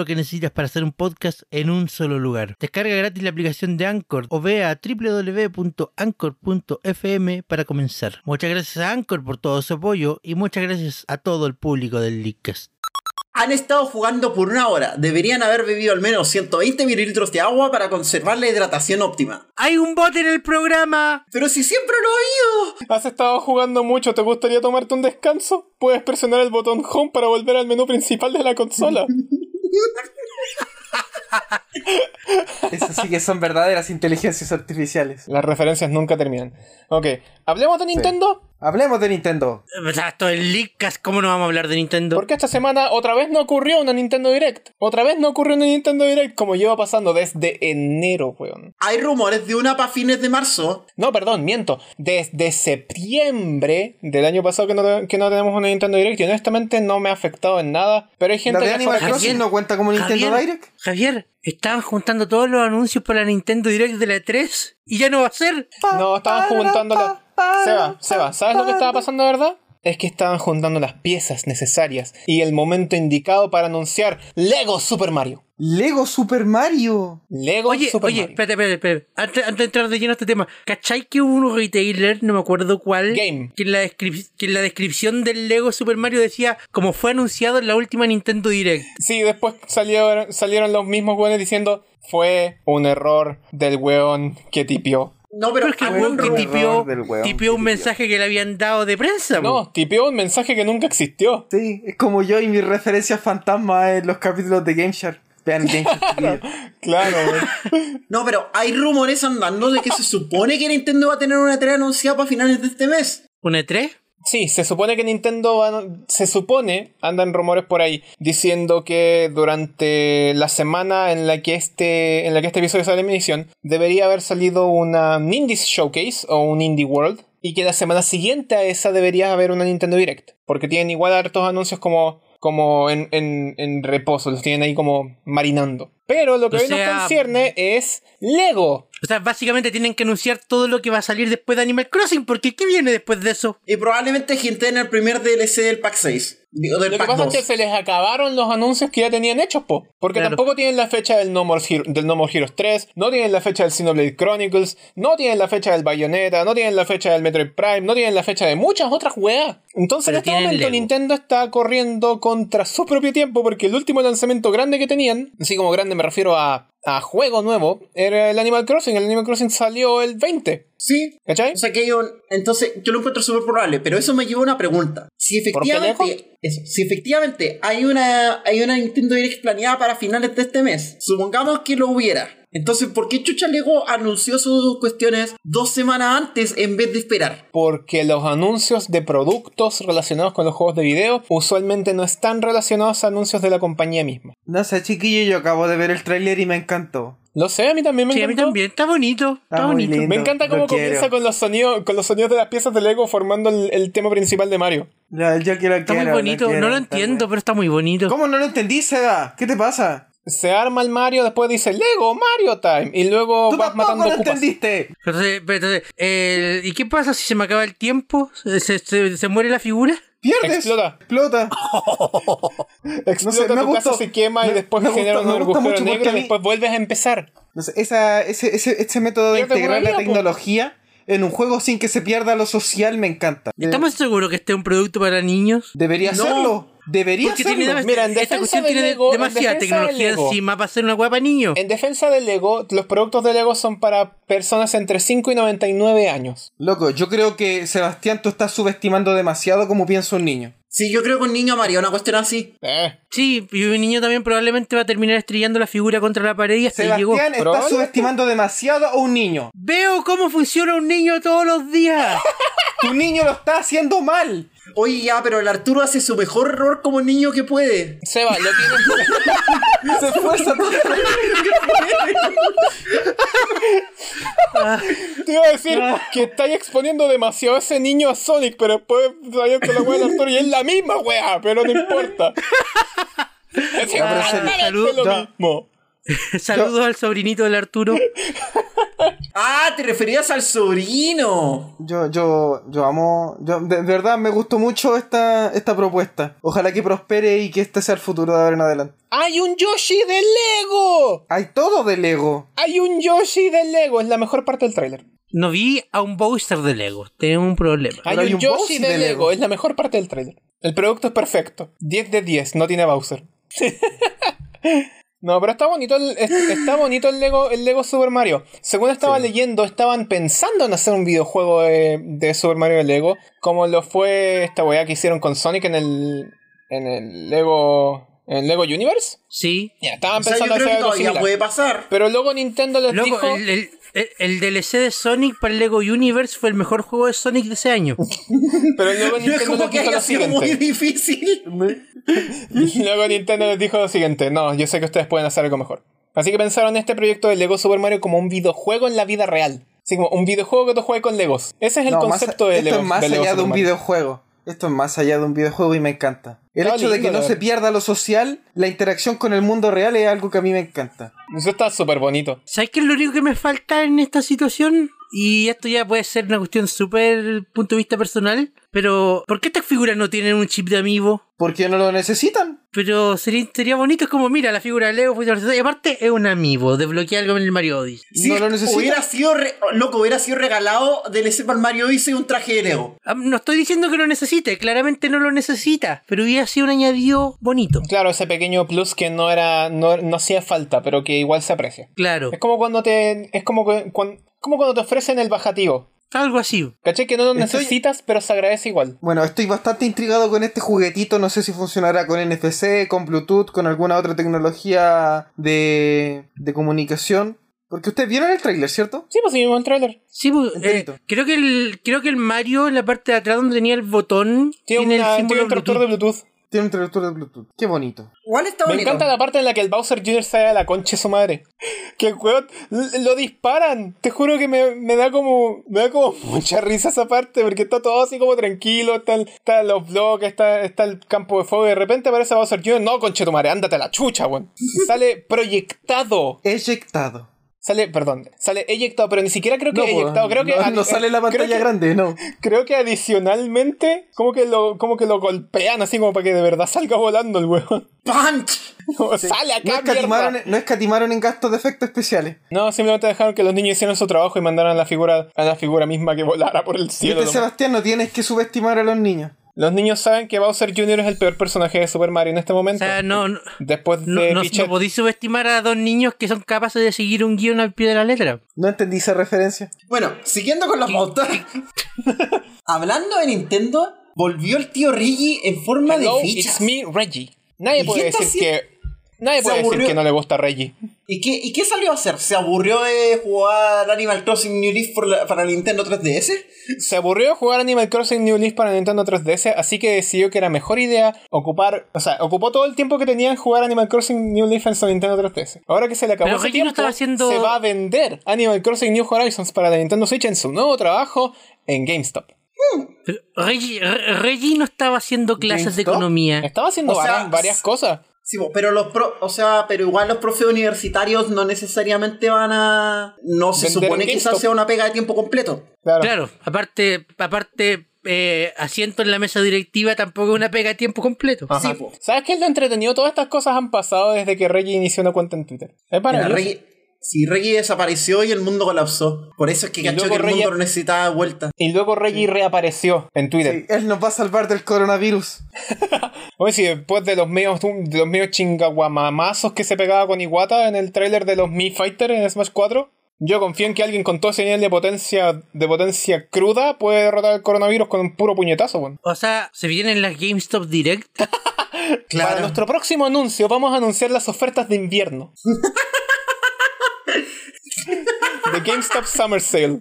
S2: lo que necesitas para hacer un podcast en un solo lugar. Descarga gratis la aplicación de Anchor o ve a www.anchor.fm para comenzar. Muchas gracias a Anchor por todo su apoyo y muchas gracias a todo el público del Leadcast.
S3: Han estado jugando por una hora. Deberían haber bebido al menos 120 mililitros de agua para conservar la hidratación óptima.
S2: ¡Hay un bot en el programa!
S3: Pero si siempre lo he oído.
S4: ¿Has estado jugando mucho? ¿Te gustaría tomarte un descanso? Puedes presionar el botón Home para volver al menú principal de la consola.
S1: Esas sí que son verdaderas inteligencias artificiales.
S4: Las referencias nunca terminan. Ok, ¿hablemos de Nintendo?
S1: Hablemos de Nintendo.
S2: O sea, esto es Leadcast, ¿cómo no vamos a hablar de Nintendo?
S4: Porque esta semana otra vez no ocurrió una Nintendo Direct. Otra vez no ocurrió una Nintendo Direct como lleva pasando desde enero, weón.
S3: Hay rumores de una para fines de marzo.
S4: No, perdón, miento. Desde septiembre del año pasado que no, que no tenemos una Nintendo Direct y honestamente no me ha afectado en nada. Pero hay
S1: ¿La
S4: gente
S1: de
S4: que...
S1: Animal
S4: fuera-
S1: Crossing no cuenta como Nintendo
S2: Javier,
S1: Direct?
S2: Javier, estaban juntando todos los anuncios para la Nintendo Direct de la E3 y ya no va a ser.
S4: No, estaban juntando las... Seba, Seba, ¿sabes lo que estaba pasando, verdad? Es que estaban juntando las piezas necesarias y el momento indicado para anunciar Lego Super Mario.
S1: Lego Super Mario.
S4: Lego
S2: Oye,
S4: Super
S2: oye,
S4: Mario.
S2: espérate, espérate, espérate. Antes, antes de entrar de lleno a este tema, ¿cachai que hubo un retailer, no me acuerdo cuál,
S4: Game.
S2: Que, en la descrip- que en la descripción del Lego Super Mario decía como fue anunciado en la última Nintendo Direct?
S4: Sí, después salieron, salieron los mismos weones diciendo fue un error del weón que tipió.
S3: No, pero
S2: Pero es que el
S3: algún
S2: weón que
S1: error
S3: rumor.
S2: tipió,
S1: del weón
S2: tipió
S1: que
S2: un
S1: tipió.
S2: mensaje que le habían dado de prensa. po.
S4: No, tipió un mensaje que nunca existió.
S1: Sí, es como yo y mis referencias fantasmas en los capítulos de Game Shark. Vean Game Shark.
S4: Claro, weón.
S3: No, pero hay rumores andando de que se supone que Nintendo va a tener una tarea anunciada para finales de este mes.
S2: ¿Una E3?
S4: Sí, se supone que Nintendo va- se supone, andan rumores por ahí, diciendo que durante la semana en la que este, en la que este episodio sale en emisión, debería haber salido una Indies Showcase o un Indie World. Y que la semana siguiente a esa debería haber una Nintendo Direct. Porque tienen igual hartos anuncios como como en, en, en reposo, los tienen ahí como marinando. Pero lo que
S2: O
S4: hoy
S2: sea-
S4: nos concierne es Lego.
S2: O sea, básicamente tienen que anunciar todo lo que va a salir después de Animal Crossing, porque ¿qué viene después de eso?
S3: Y probablemente gente en el primer DLC del pack 6. Digo, del
S4: Lo que
S3: pack
S4: pasa
S3: 2.
S4: es que se les acabaron los anuncios que ya tenían hechos, po. Porque
S2: Claro.
S4: tampoco tienen la fecha del no, More Hero- del no More Heroes 3, no tienen la fecha del Xenoblade Chronicles, no tienen la fecha del Bayonetta, no tienen la fecha del Metroid Prime, no tienen la fecha de muchas otras weas. Entonces
S2: Pero
S4: en este
S2: tienen
S4: momento
S2: Lego.
S4: Nintendo está corriendo contra su propio tiempo porque el último lanzamiento grande que tenían, así como grande me refiero a, a juego nuevo, era el Animal Crossing. El Animal Crossing salió el 20,
S3: Sí.
S4: ¿cachai?
S3: O sea que hay un- entonces yo lo encuentro súper probable, pero eso me lleva a una pregunta. Si
S4: lejos?
S3: efectivamente, eso, si efectivamente hay una, hay una Nintendo Direct planeada para finales de este mes, supongamos que lo hubiera. Entonces, ¿por qué Chucha Lego anunció sus cuestiones dos semanas antes en vez de esperar?
S4: porque los anuncios de productos relacionados con los juegos de video usualmente no están relacionados a anuncios de la compañía misma.
S1: No sé, chiquillo, yo acabo de ver el tráiler y me encantó.
S4: Lo sé, a mí también me
S2: Sí, a mí
S4: encantó.
S2: también, está bonito, está,
S1: Está muy
S2: bonito.
S1: lindo.
S4: Me encanta
S1: Lo
S4: cómo
S1: quiero.
S4: comienza con los sonidos, con los sonidos de las piezas de Lego formando el, el tema principal de Mario.
S1: Ya, yo quiero
S2: Está muy bonito, no lo entiendo, pero está muy bonito.
S1: ¿Cómo no lo entendí, Seba? ¿Qué te pasa?
S4: Se arma el Mario, después dice Lego Mario Time y luego
S1: Tú
S4: Oh, vas
S1: tampoco
S4: matando
S1: lo
S4: cupas.
S1: entendiste.
S2: Pero Entonces, pero entonces, el- ¿y qué pasa si se me acaba el tiempo? ¿Se, se- se- se muere la figura?
S1: Pierdes.
S4: Explota.
S1: Explota. No sé,
S4: Explota
S1: me
S4: tu
S1: gustó.
S4: casa, se quema y
S1: Me-
S4: después
S1: me
S4: genera
S1: gustó- me
S4: un
S1: gusta
S4: agujero
S1: mucho porque
S4: negro
S1: a
S4: y
S1: mí-
S4: después vuelves a empezar.
S1: No sé, esa, ese, ese, ese método de
S4: Pierde
S1: integrar la
S4: moralidad, po.
S1: tecnología en un juego sin que se pierda lo social me encanta. Eh,
S2: ¿Estamos seguros que este es un producto para niños?
S1: Debería
S3: No.
S1: serlo. Debería
S2: Porque tiene,
S1: serlo.
S2: demas-
S4: Mira, en
S2: esta
S4: defensa
S2: cuestión
S4: de
S2: tiene de-
S4: Lego- en
S2: demasiada
S4: defensa de
S2: tecnología
S4: Lego.
S2: encima para ser una hueá para niños.
S4: En defensa de Lego, los productos de Lego son para personas entre 5 y 99 años.
S1: Loco, yo creo que Sebastián tú estás subestimando demasiado como piensa un niño.
S3: Sí, yo creo que un niño amaría una cuestión así.
S4: Eh,
S2: Sí, y un niño también probablemente va a terminar estrellando la figura contra la pared y hasta ahí llegó.
S1: Sebastián eh. está
S4: Probablemente.
S1: subestimando demasiado a un niño.
S2: Veo cómo funciona un niño todos los días.
S1: Tu niño lo está haciendo mal.
S3: Oye, ya, pero el Arturo hace su mejor error como niño que puede.
S4: Seba, lo tienes,
S1: Se esfuerza todo.
S4: te iba a decir que estáis exponiendo demasiado a ese niño a Sonic, pero después salió con la wea del Arturo y es la misma wea, pero no importa. Es exactamente
S2: salud.
S4: lo
S1: Ya.
S4: mismo.
S2: Saludos al sobrinito del Arturo.
S3: Ah, te referías al sobrino.
S1: Yo, yo, yo amo. Yo, de, de verdad me gustó mucho esta, esta propuesta. Ojalá que prospere y que este sea el futuro de ahora en adelante.
S4: ¡Hay un Yoshi de Lego!
S1: Hay todo de Lego.
S4: ¡Hay un Yoshi de Lego! Es la mejor parte del tráiler.
S2: No vi a un Bowser de Lego. Tengo un problema.
S4: Hay,
S1: Pero
S4: un, Yoshi de, Lego.
S1: Lego.
S4: es la mejor parte del tráiler. El producto es perfecto. 10 de 10, no tiene Bowser. no, pero está bonito el, es- está bonito el Lego, el Lego Super Mario. Según estaba leyendo, estaban pensando en hacer un videojuego de, de Super Mario de Lego, como lo fue esta weá que hicieron con Sonic en el en el Lego en el Lego Universe.
S2: Sí.
S4: Ya, estaban
S3: O sea, yo
S4: pensando en hacer
S3: creo que
S4: algo
S3: todavía
S4: similar.
S3: puede pasar.
S4: Pero luego Nintendo les
S2: Loco,
S4: dijo
S2: el, el- el- el DLC de Sonic para el Lego Universe fue el mejor juego de Sonic de ese año.
S4: pero luego
S3: No es
S4: Nintendo
S3: como
S4: les
S3: que
S4: dijo
S3: haya
S4: lo
S3: sido muy
S4: siguiente.
S3: difícil.
S4: Luego Nintendo les dijo lo siguiente, no, yo sé que ustedes pueden hacer algo mejor. Así que pensaron este proyecto de Lego Super Mario como un videojuego en la vida real. Así como un videojuego que tú juegues con Legos. Ese es el
S1: No, más-
S4: concepto de
S1: esto
S4: Lego.
S1: es más
S4: de Lego
S1: allá de
S4: Super
S1: un
S4: Mario.
S1: videojuego. Esto es más allá de un videojuego y me encanta. El
S4: Está
S1: hecho de que no
S4: lindo, la
S1: se
S4: verdad.
S1: pierda lo social, la interacción con el mundo real es algo que a mí me encanta.
S4: Eso está súper bonito.
S2: ¿Sabes qué es lo único que me falta en esta situación? Y esto ya puede ser una cuestión súper punto de vista personal. Pero, ¿por qué estas figuras no tienen un chip de amiibo?
S1: ¿Por qué no lo necesitan?
S2: Pero sería, sería bonito, es como, mira, la figura de Lego fue... Y aparte es un amiibo, desbloquea algo en el Mario Odyssey.
S1: No
S3: Si
S1: lo necesita.
S3: hubiera sido, re- loco, hubiera sido regalado DLC para Mario Odyssey un traje de Lego.
S2: Ah, No estoy diciendo que lo necesite, claramente no lo necesita, pero hubiera sido un añadido bonito.
S4: Claro, ese pequeño plus que no era, no, no hacía falta, pero que igual se aprecia.
S2: Claro,
S4: Es como cuando te, es como, que- cuan- como cuando te ofrecen el bajativo.
S2: algo así.
S4: ¿Caché? Que no lo
S1: Estoy-
S4: necesitas, pero se agradece igual.
S1: Bueno, estoy bastante intrigado con este juguetito. No sé si funcionará con NFC, con Bluetooth, con alguna otra tecnología de, de comunicación. Porque ustedes vieron el tráiler, ¿cierto?
S4: Sí, pues seguimos el trailer.
S2: Sí, pues, eh,
S1: Enterito.
S2: creo, que el, creo que el Mario en la parte de atrás donde tenía el botón
S4: Tiene,
S2: tiene
S4: una-
S2: el
S4: tiene
S2: símbolo
S4: un interruptor
S2: Bluetooth.
S4: de Bluetooth.
S1: Tiene un traductor de Bluetooth. Qué bonito.
S3: Igual está
S4: Me
S3: bonito.
S4: encanta la parte en la que el Bowser Jr. sale a la concha de su madre. Que el weón lo disparan. Te juro que me, me da como. Me da como mucha risa esa parte. Porque está todo así como tranquilo. Están está los bloques, está, está el campo de fuego. Y de repente aparece Bowser Jr. No, conche tu madre, ándate a la chucha, weón. Y sale proyectado.
S1: Eyectado.
S4: Sale, perdón, sale eyectado, pero ni siquiera creo que
S1: No, po,
S4: eyectado. Creo que
S1: no-
S4: adi-
S1: no sale la
S4: creo
S1: pantalla
S4: que-
S1: grande, no.
S4: Creo que adicionalmente, como que lo, como que lo golpean así como para que de verdad salga volando el weón.
S3: ¡Punch!
S4: Como, Sale
S1: No
S4: acá,
S1: escatimaron,
S4: mierda".
S1: no escatimaron en gastos de efectos especiales.
S4: No, simplemente dejaron que los niños hicieran su trabajo y mandaron a la figura, a la figura misma que volara por el cielo.
S1: Viste,
S3: Este
S1: Sebastián, no tienes que subestimar a los niños.
S4: Los niños saben que Bowser Jr. es el peor personaje de Super Mario en este
S2: O
S4: momento.
S2: sea, no, no,
S4: Después
S2: no,
S4: de
S2: no-
S4: Pichet.
S2: no podéis subestimar a dos niños que son capaces de seguir un guión al pie de la letra.
S1: No entendí esa referencia.
S3: Bueno, siguiendo con la pauta. Hablando de Nintendo, volvió el tío Rigi en forma
S4: Hello,
S3: de
S4: it's
S3: fichas.
S4: me, Reggie. Nadie
S3: ¿Y
S4: puede
S3: qué está
S4: decir que. Nadie
S3: Se
S4: puede decir
S3: aburrió.
S4: que no le gusta Reggie.
S3: ¿Y qué, ¿Y qué salió a hacer? ¿Se aburrió de jugar Animal Crossing New Leaf por la- para la Nintendo 3DS?
S4: Se aburrió de jugar Animal Crossing New Leaf para Nintendo 3DS, así que decidió que era mejor idea ocupar, o sea, ocupó todo el tiempo que tenía en jugar Animal Crossing New Leaf en su Nintendo 3DS. Ahora que se le acabó
S2: Pero
S4: ese
S2: Reggie no
S4: tiempo,
S2: estaba haciendo-
S4: se va a vender Animal Crossing New Horizons para la Nintendo Switch en su nuevo trabajo en GameStop.
S2: Pero Reggie, Re- Reggie no estaba haciendo clases de
S1: ¿GameStop?
S2: economía.
S4: Estaba haciendo
S3: O sea,
S4: varan- varias
S3: s-
S4: cosas.
S3: Sí, bo, pero los pro, o sea, pero igual los profes universitarios no necesariamente van a no se
S4: Vender
S3: supone
S4: en
S3: que esa
S4: GameStop.
S3: sea una pega de tiempo completo.
S4: Claro.
S2: Claro, aparte, aparte eh, asiento en la mesa directiva tampoco es una pega a tiempo completo.
S4: Ajá.
S3: Sí, po.
S4: ¿Sabes qué es lo entretenido? Todas estas cosas han pasado desde que Reggie inició una cuenta en Twitter. Es
S3: Mira,
S4: maravilloso.
S3: Reggie- sí, Reggie desapareció y el mundo colapsó. Por eso es que
S4: Y
S3: cachó
S4: luego
S3: que el
S4: Reggie-
S3: mundo no necesitaba vuelta.
S4: Y luego Reggie reapareció en Twitter.
S1: Sí, él nos va a salvar del coronavirus.
S4: Oye, si después de los medios de los medios chingaguamamazos que se pegaba con Iwata en el tráiler de los Mi Fighter en Smash 4, yo confío en que alguien con todo ese nivel de potencia, de potencia cruda puede derrotar al coronavirus con un puro puñetazo, weón.
S2: O sea, se vienen las GameStop Direct.
S4: Para nuestro próximo anuncio vamos a anunciar las ofertas de invierno. The GameStop Summer Sale.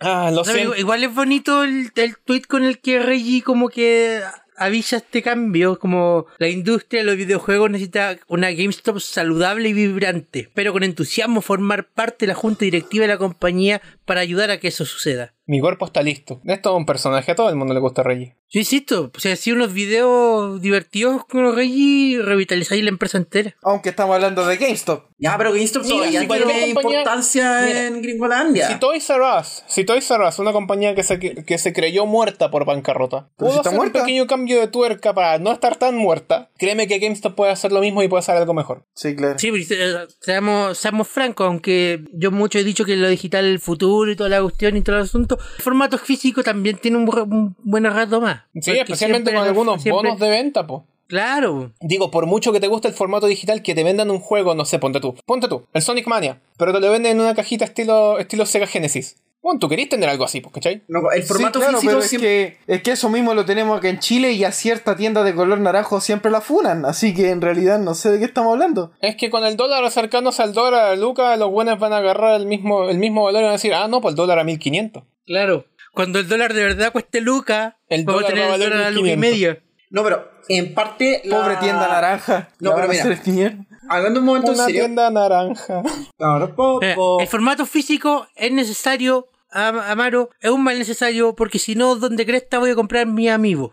S4: Ah, lo
S2: No, pero
S4: siento.
S2: igual es bonito el, el tweet con el que Reggie como que avisa este cambio, como la industria de los videojuegos necesita una GameStop saludable y vibrante, pero con entusiasmo formar parte de la junta directiva de la compañía para ayudar a que eso suceda.
S4: Mi cuerpo está listo. Esto es un personaje, a todo el mundo le gusta Reggie.
S2: Yo insisto, o sea, si unos videos divertidos con Reggie revitalizáis la empresa entera.
S1: Aunque estamos hablando de GameStop.
S3: Ya, pero GameStop
S4: Mira,
S3: todavía
S4: si
S3: tiene
S4: cualquier compañía-
S3: importancia
S4: Mira,
S3: en Gringolandia.
S4: Si Toys R Us, si Toys R Us, una compañía que se, que se creyó muerta por bancarrota,
S1: Pero
S4: pudo
S1: si está
S4: hacer
S1: muerta.
S4: un pequeño cambio de tuerca para no estar tan muerta, créeme que GameStop puede hacer lo mismo y puede hacer algo mejor.
S1: Sí, claro.
S2: Sí, pero, eh, seamos, seamos francos, aunque yo mucho he dicho que lo digital es el futuro y toda la cuestión y todo el asunto, el formato físico también tiene un, ra- un buen rato más.
S4: Sí,
S2: Porque
S4: especialmente
S2: siempre
S4: con
S2: los-
S4: algunos
S2: siempre-
S4: bonos de venta, po.
S2: Claro,
S4: Digo, por mucho que te guste el formato digital, que te vendan un juego, no sé, ponte tú. Ponte tú, el Sonic Mania, pero te lo venden en una cajita estilo, estilo Sega Genesis. Bueno, tú querías tener algo así, po, ¿cachai?
S3: No, el formato
S1: Sí, claro,
S3: físico
S1: pero es,
S3: siempre...
S1: que, es que eso mismo lo tenemos acá en Chile y a cierta tienda de color naranjo siempre la funan. Así que en realidad no sé de qué estamos hablando.
S4: Es que con el dólar acercándose al dólar a Luca, los buenos van a agarrar el mismo, el mismo valor y van a decir, ah, no, pues el dólar a 1500.
S2: claro. Cuando el dólar de verdad cueste luca,
S4: El
S2: vamos
S4: dólar
S2: a tener
S4: va a
S2: el
S4: valer
S2: dólar a luca y
S4: 1500.
S2: media.
S3: No, pero en parte... la-
S1: Pobre tienda naranja.
S3: No,
S1: La
S3: pero
S1: van a
S3: mira.
S1: hacer mierda.
S3: Hablando un momento en
S4: una
S3: serio...
S4: tienda naranja.
S3: Ahora, po-
S2: Eh,
S3: po-
S2: El formato físico es necesario, Am- Amaro, es un mal necesario porque si no, donde cresta voy a comprar mi amigo.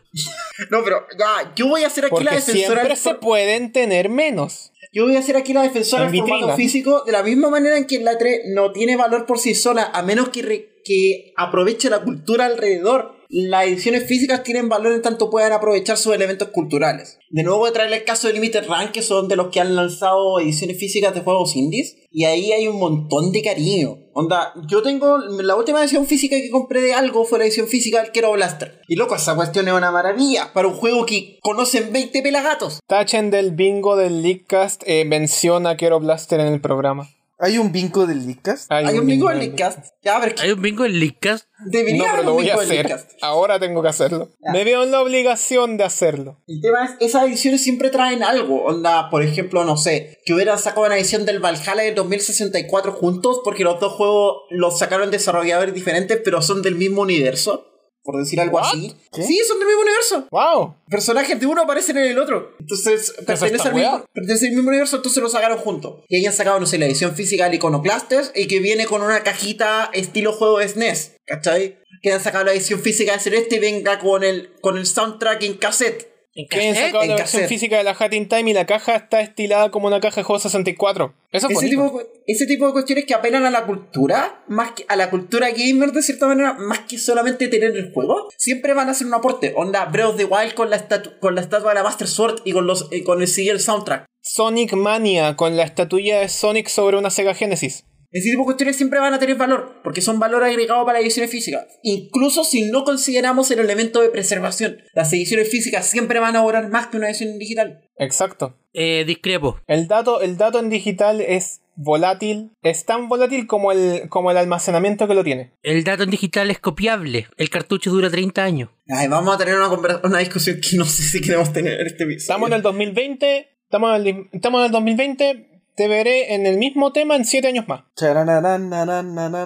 S3: No, pero ya, yo voy a ser aquí la
S4: Porque
S3: defensora...
S4: siempre
S3: del
S4: se
S3: for-
S4: pueden tener menos.
S3: Yo voy a ser aquí la defensora
S4: En
S3: del formato
S4: vitrina.
S3: físico de la misma manera en que la 3 no tiene valor por sí sola, a menos que, re- que aproveche la cultura alrededor. Las ediciones físicas tienen valor en tanto puedan aprovechar sus elementos culturales. De nuevo voy a traer el caso de Limited Run, que son de los que han lanzado ediciones físicas de juegos indies, y ahí hay un montón de cariño. Onda, yo tengo la última edición física que compré de algo fue la edición física del Kero Blaster. Y loco, esa cuestión es una maravilla para un juego que conocen 20 pelagatos.
S4: Tachen del bingo del Leakcast eh, menciona Kero Blaster en el programa.
S1: ¿Hay un vinco del Leadcast?
S3: Hay un bingo en el cast. Ya, pero es que
S2: Hay un bingo en Leadcast.
S4: No,
S3: Debería
S4: pero
S3: haber
S4: lo
S3: un
S4: voy a
S3: bingo del
S4: hacer.
S3: Leadcast.
S4: Ahora tengo que hacerlo.
S3: Ya.
S4: Me veo en la obligación de hacerlo.
S3: El tema es, esas ediciones siempre traen algo. Onda, por ejemplo, no sé, que hubieran sacado una edición del Valhalla del 2064 juntos, porque los dos juegos los sacaron desarrolladores diferentes, pero son del mismo universo. por decir algo
S4: ¿What?
S3: así.
S4: ¿Qué?
S3: Sí, son del mismo universo.
S4: ¡Wow!
S3: Personajes de uno aparecen en el otro. Entonces, pertenecen
S4: esta
S3: al, mismo,
S4: weá?
S3: pertenecen al mismo universo, entonces lo sacaron juntos. Y hayan sacado, no sé, la edición física del Iconoclasters y que viene con una cajita estilo juego de SNES. ¿Cachai? Que hayan sacado la edición física de Celeste y venga con el, con el soundtrack en cassette.
S2: En
S4: Que hayan
S2: cassette.
S4: sacado
S3: en
S4: la versión
S3: cassette.
S4: física de la Hat in Time y la caja está estilada como una caja de juego 64. Eso es
S3: Ese
S4: bonito.
S3: tipo, de cu- ese tipo de cuestiones que apelan a la cultura, más que a la cultura gamer de cierta manera, más que solamente tener el juego, siempre van a hacer un aporte. Onda Breath of the Wild con la, estatu- con la estatua de la Master Sword y con, los, eh, con el siguiente soundtrack.
S4: Sonic Mania con la estatuilla de Sonic sobre una Sega Genesis.
S3: Ese tipo de cuestiones siempre van a tener valor, porque son valor agregado para las ediciones físicas. Incluso si no consideramos el elemento de preservación, las ediciones físicas siempre van a orar más que una edición digital.
S4: Exacto.
S2: Eh, discrepo.
S4: El dato, el dato en digital es volátil. Es tan volátil como el, como el almacenamiento que lo tiene.
S2: El dato en digital es copiable. El cartucho dura 30 años.
S3: Ay, vamos a tener una, conversa- una discusión que no sé si queremos tener en este episodio.
S4: Estamos en el 2020. Estamos en el, estamos en el 2020. Te veré en el mismo tema en 7 años más.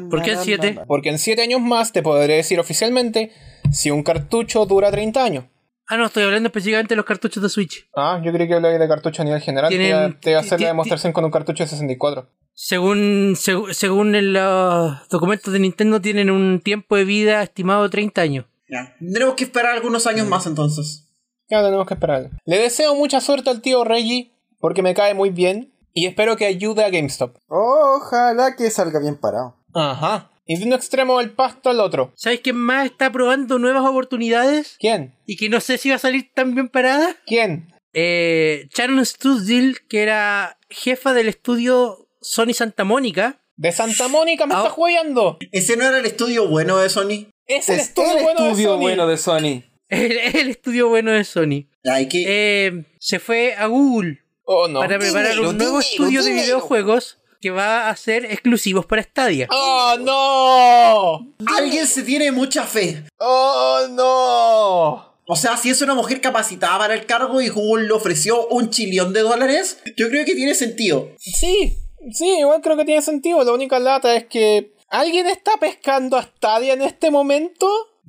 S2: ¿Por qué el siete?
S4: Porque en 7 años más te podré decir oficialmente si un cartucho dura 30 años.
S2: Ah, no, estoy hablando específicamente de los cartuchos de Switch.
S4: Ah, yo creí que hablabas de cartucho a nivel general.
S2: Tienen-
S4: te iba- te iba a hacer
S2: ti- ti-
S4: la demostración con un cartucho de 64.
S2: Según, seg- según en los documentos de Nintendo, tienen un tiempo de vida estimado de 30 años.
S3: Ya. Tendremos que esperar algunos años más entonces.
S4: Ya tenemos que esperar. Le deseo mucha suerte al tío Reggie, porque me cae muy bien. Y espero que ayude a GameStop.
S1: Ojalá que salga bien parado.
S4: Ajá. Y de un extremo del pasto al otro.
S2: ¿Sabes quién más está probando nuevas oportunidades?
S4: ¿Quién?
S2: Y que no sé si va a salir tan bien parada.
S4: ¿Quién?
S2: Eh, Sharon Studil, que era jefa del estudio Sony Santa Mónica.
S4: De Santa Mónica me
S2: Ah.
S4: está jugando.
S3: ¿Ese no era el estudio bueno de Sony?
S4: Es el estudio, bueno, de Sony.
S1: bueno de Sony.
S2: El, el estudio bueno de Sony.
S3: Ay, que...
S2: Eh, se fue a Google
S4: Oh, no.
S2: para preparar
S3: Dinero,
S2: un nuevo
S3: dinero,
S2: estudio de
S3: dinero.
S2: videojuegos que va a ser exclusivos para Stadia.
S4: ¡Oh, no!
S3: Alguien se tiene mucha fe.
S4: ¡Oh, no!
S3: O sea, si es una mujer capacitada para el cargo y Google le ofreció un chillón de dólares, yo creo que tiene sentido.
S4: Sí, sí, igual creo que tiene sentido. La única lata es que... ¿Alguien está pescando a Stadia en este momento?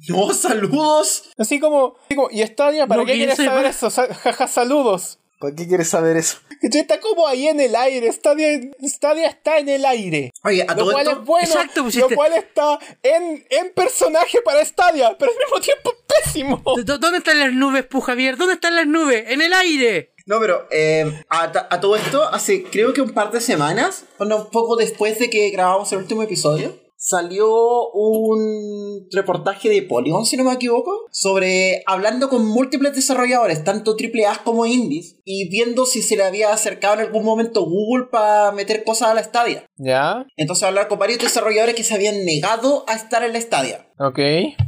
S3: No, saludos.
S4: Así como... así como, ¿Y Stadia? ¿Para
S2: No,
S4: qué
S2: que yo
S4: quieres
S2: sepa.
S4: saber eso? Sa- Jaja, saludos.
S1: ¿Por qué quieres saber eso?
S4: Que Está como ahí en el aire. Stadia, Stadia está en el aire.
S3: Oye, a
S4: Lo
S3: todo
S4: cual
S3: esto,
S4: es bueno,
S2: Exacto, pues,
S4: lo
S2: este-
S4: cual está en, en personaje para Stadia, pero al mismo tiempo pésimo.
S2: ¿Dó- ¿Dónde están las nubes, Pu Javier? ¿Dónde están las nubes? ¡En el aire!
S3: No, pero eh, a, ta- a todo esto, hace creo que un par de semanas, bueno, un poco después de que grabamos el último episodio, salió un reportaje de Polygon, si no me equivoco, sobre hablando con múltiples desarrolladores, tanto AAA como indies, y viendo si se le había acercado en algún momento Google para meter cosas a la Stadia.
S4: Ya,
S3: Entonces hablar con varios desarrolladores que se habían negado a estar en la Stadia.
S4: ok.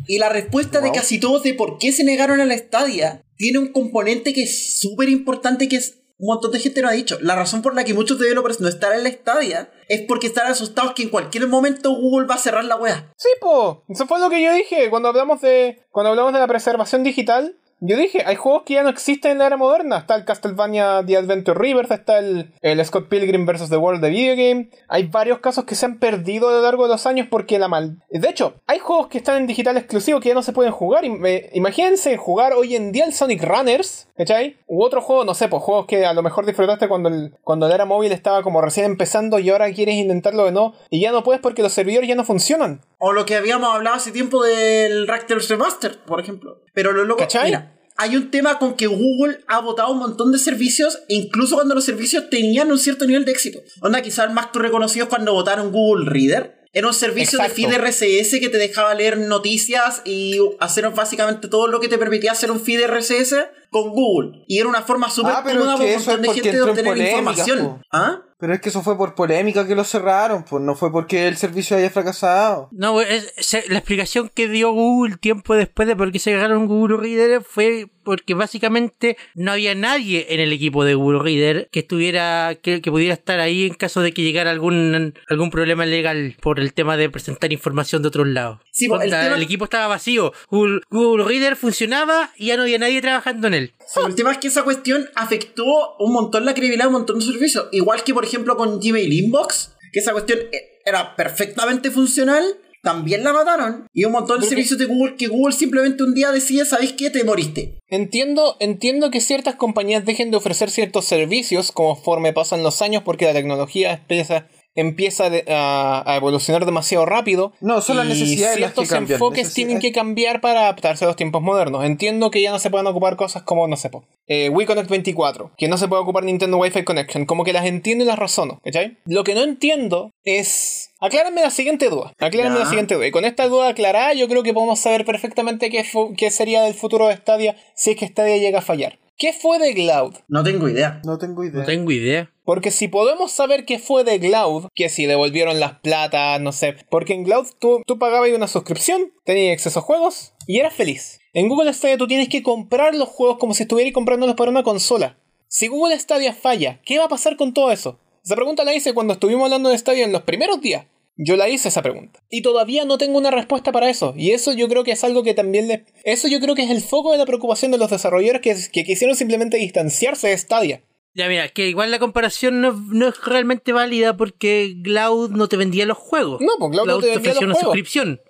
S3: Y la respuesta de
S1: Wow.
S3: casi todos de por qué se negaron a la Stadia tiene un componente que es súper importante que es un montón de gente no ha dicho. La razón por la que muchos developers no estarán en la Stadia es porque están asustados que en cualquier momento Google va a cerrar la wea.
S4: Sí, po. Eso fue lo que yo dije cuando hablamos de cuando hablamos de la preservación digital. Yo dije, hay juegos que ya no existen en la era moderna. Está el Castlevania The Adventure Rivers, está el, el Scott Pilgrim vs. The World de Video Game. Hay varios casos que se han perdido a lo largo de los años porque la mal... De hecho, hay juegos que están en digital exclusivo que ya no se pueden jugar. Im- eh, Imagínense jugar hoy en día el Sonic Runners, ¿cachai? U otro juego, no sé, pues juegos que a lo mejor disfrutaste cuando, el, cuando la era móvil estaba como recién empezando y ahora quieres intentarlo de nuevo y ya no puedes porque los servidores ya no funcionan.
S3: O lo que habíamos hablado hace tiempo del Raptors Remastered, por ejemplo. Pero lo loco,
S4: ¿Cachai?
S3: mira, hay un tema con que Google ha votado un montón de servicios, e incluso cuando los servicios tenían un cierto nivel de éxito. Onda, quizás el más reconocido es cuando votaron Google Reader. Era un servicio
S4: Exacto.
S3: de feed RSS que te dejaba leer noticias y hacer básicamente todo lo que te permitía hacer un feed RSS con Google. Y era una forma súper
S1: Ah, pero
S3: cómoda
S1: es
S3: para
S1: que
S3: un
S1: eso es
S3: montón de
S1: porque
S3: gente de
S1: entró en
S3: obtener
S1: polémica,
S3: información.
S1: po.
S3: ¿Ah?
S1: Pero es que eso fue por polémica que lo cerraron, pues no fue porque el servicio haya fracasado.
S2: No, pues, es- se- la explicación que dio Google tiempo después de por qué se agarraron Google Reader fue porque básicamente no había nadie en el equipo de Google Reader que estuviera, que, que pudiera estar ahí en caso de que llegara algún, algún problema legal por el tema de presentar información de otros lados.
S3: Sí, pues, el
S2: Onda, el,
S3: tema-
S2: equipo estaba vacío. Google, Google Reader funcionaba y ya no había nadie trabajando en él.
S3: Sí, el tema es que esa cuestión afectó un montón la credibilidad de un montón de servicios. Igual que, por ejemplo, con Gmail Inbox, que esa cuestión eh, era e-, perfectamente funcional, también la mataron. Y un montón de
S4: ¿Por qué?
S3: servicios de Google que Google simplemente un día decide, ¿sabéis qué? Te moriste.
S4: Entiendo, entiendo que ciertas compañías dejen de ofrecer ciertos servicios conforme pasan los años porque la tecnología empieza, empieza de- a, a evolucionar demasiado rápido.
S1: No, son las
S4: y
S1: necesidades las que
S4: Ciertos
S1: cambian,
S4: enfoques
S1: necesidades.
S4: tienen que cambiar para adaptarse a los tiempos modernos. Entiendo que ya no se pueden ocupar cosas como, no sé, po, eh, WeConnect 24, que no se puede ocupar Nintendo Wi-Fi Connection. Como que las entiendo y las razono, ¿cachai? Lo que no entiendo es... Aclárame la siguiente duda. Aclárame
S3: Ya.
S4: la siguiente duda. Y con esta duda aclarada, yo creo que podemos saber perfectamente qué, fu- qué sería del futuro de Stadia si es que Stadia llega a fallar. ¿Qué fue de Cloud?
S3: No tengo idea.
S1: No tengo idea.
S2: No tengo idea.
S4: Porque si podemos saber qué fue de Cloud, que si devolvieron las platas, no sé. Porque en Cloud tú, tú pagabas una suscripción, tenías acceso a juegos y eras feliz. En Google Stadia tú tienes que comprar los juegos como si estuvieras comprándolos para una consola. Si Google Stadia falla, ¿qué va a pasar con todo eso? Esa pregunta la hice cuando estuvimos hablando de Stadia en los primeros días. Yo la hice esa pregunta. Y todavía no tengo una respuesta para eso. Y eso yo creo que es algo que también le... Eso yo creo que es el foco de la preocupación de los desarrolladores que, que quisieron simplemente distanciarse de Stadia.
S2: Ya, mira, que igual la comparación no, no es realmente válida porque Cloud no te vendía los juegos.
S4: No, pues, Cloud no te vendía
S2: ofrecía
S4: los
S2: una
S4: juegos.
S2: suscripción.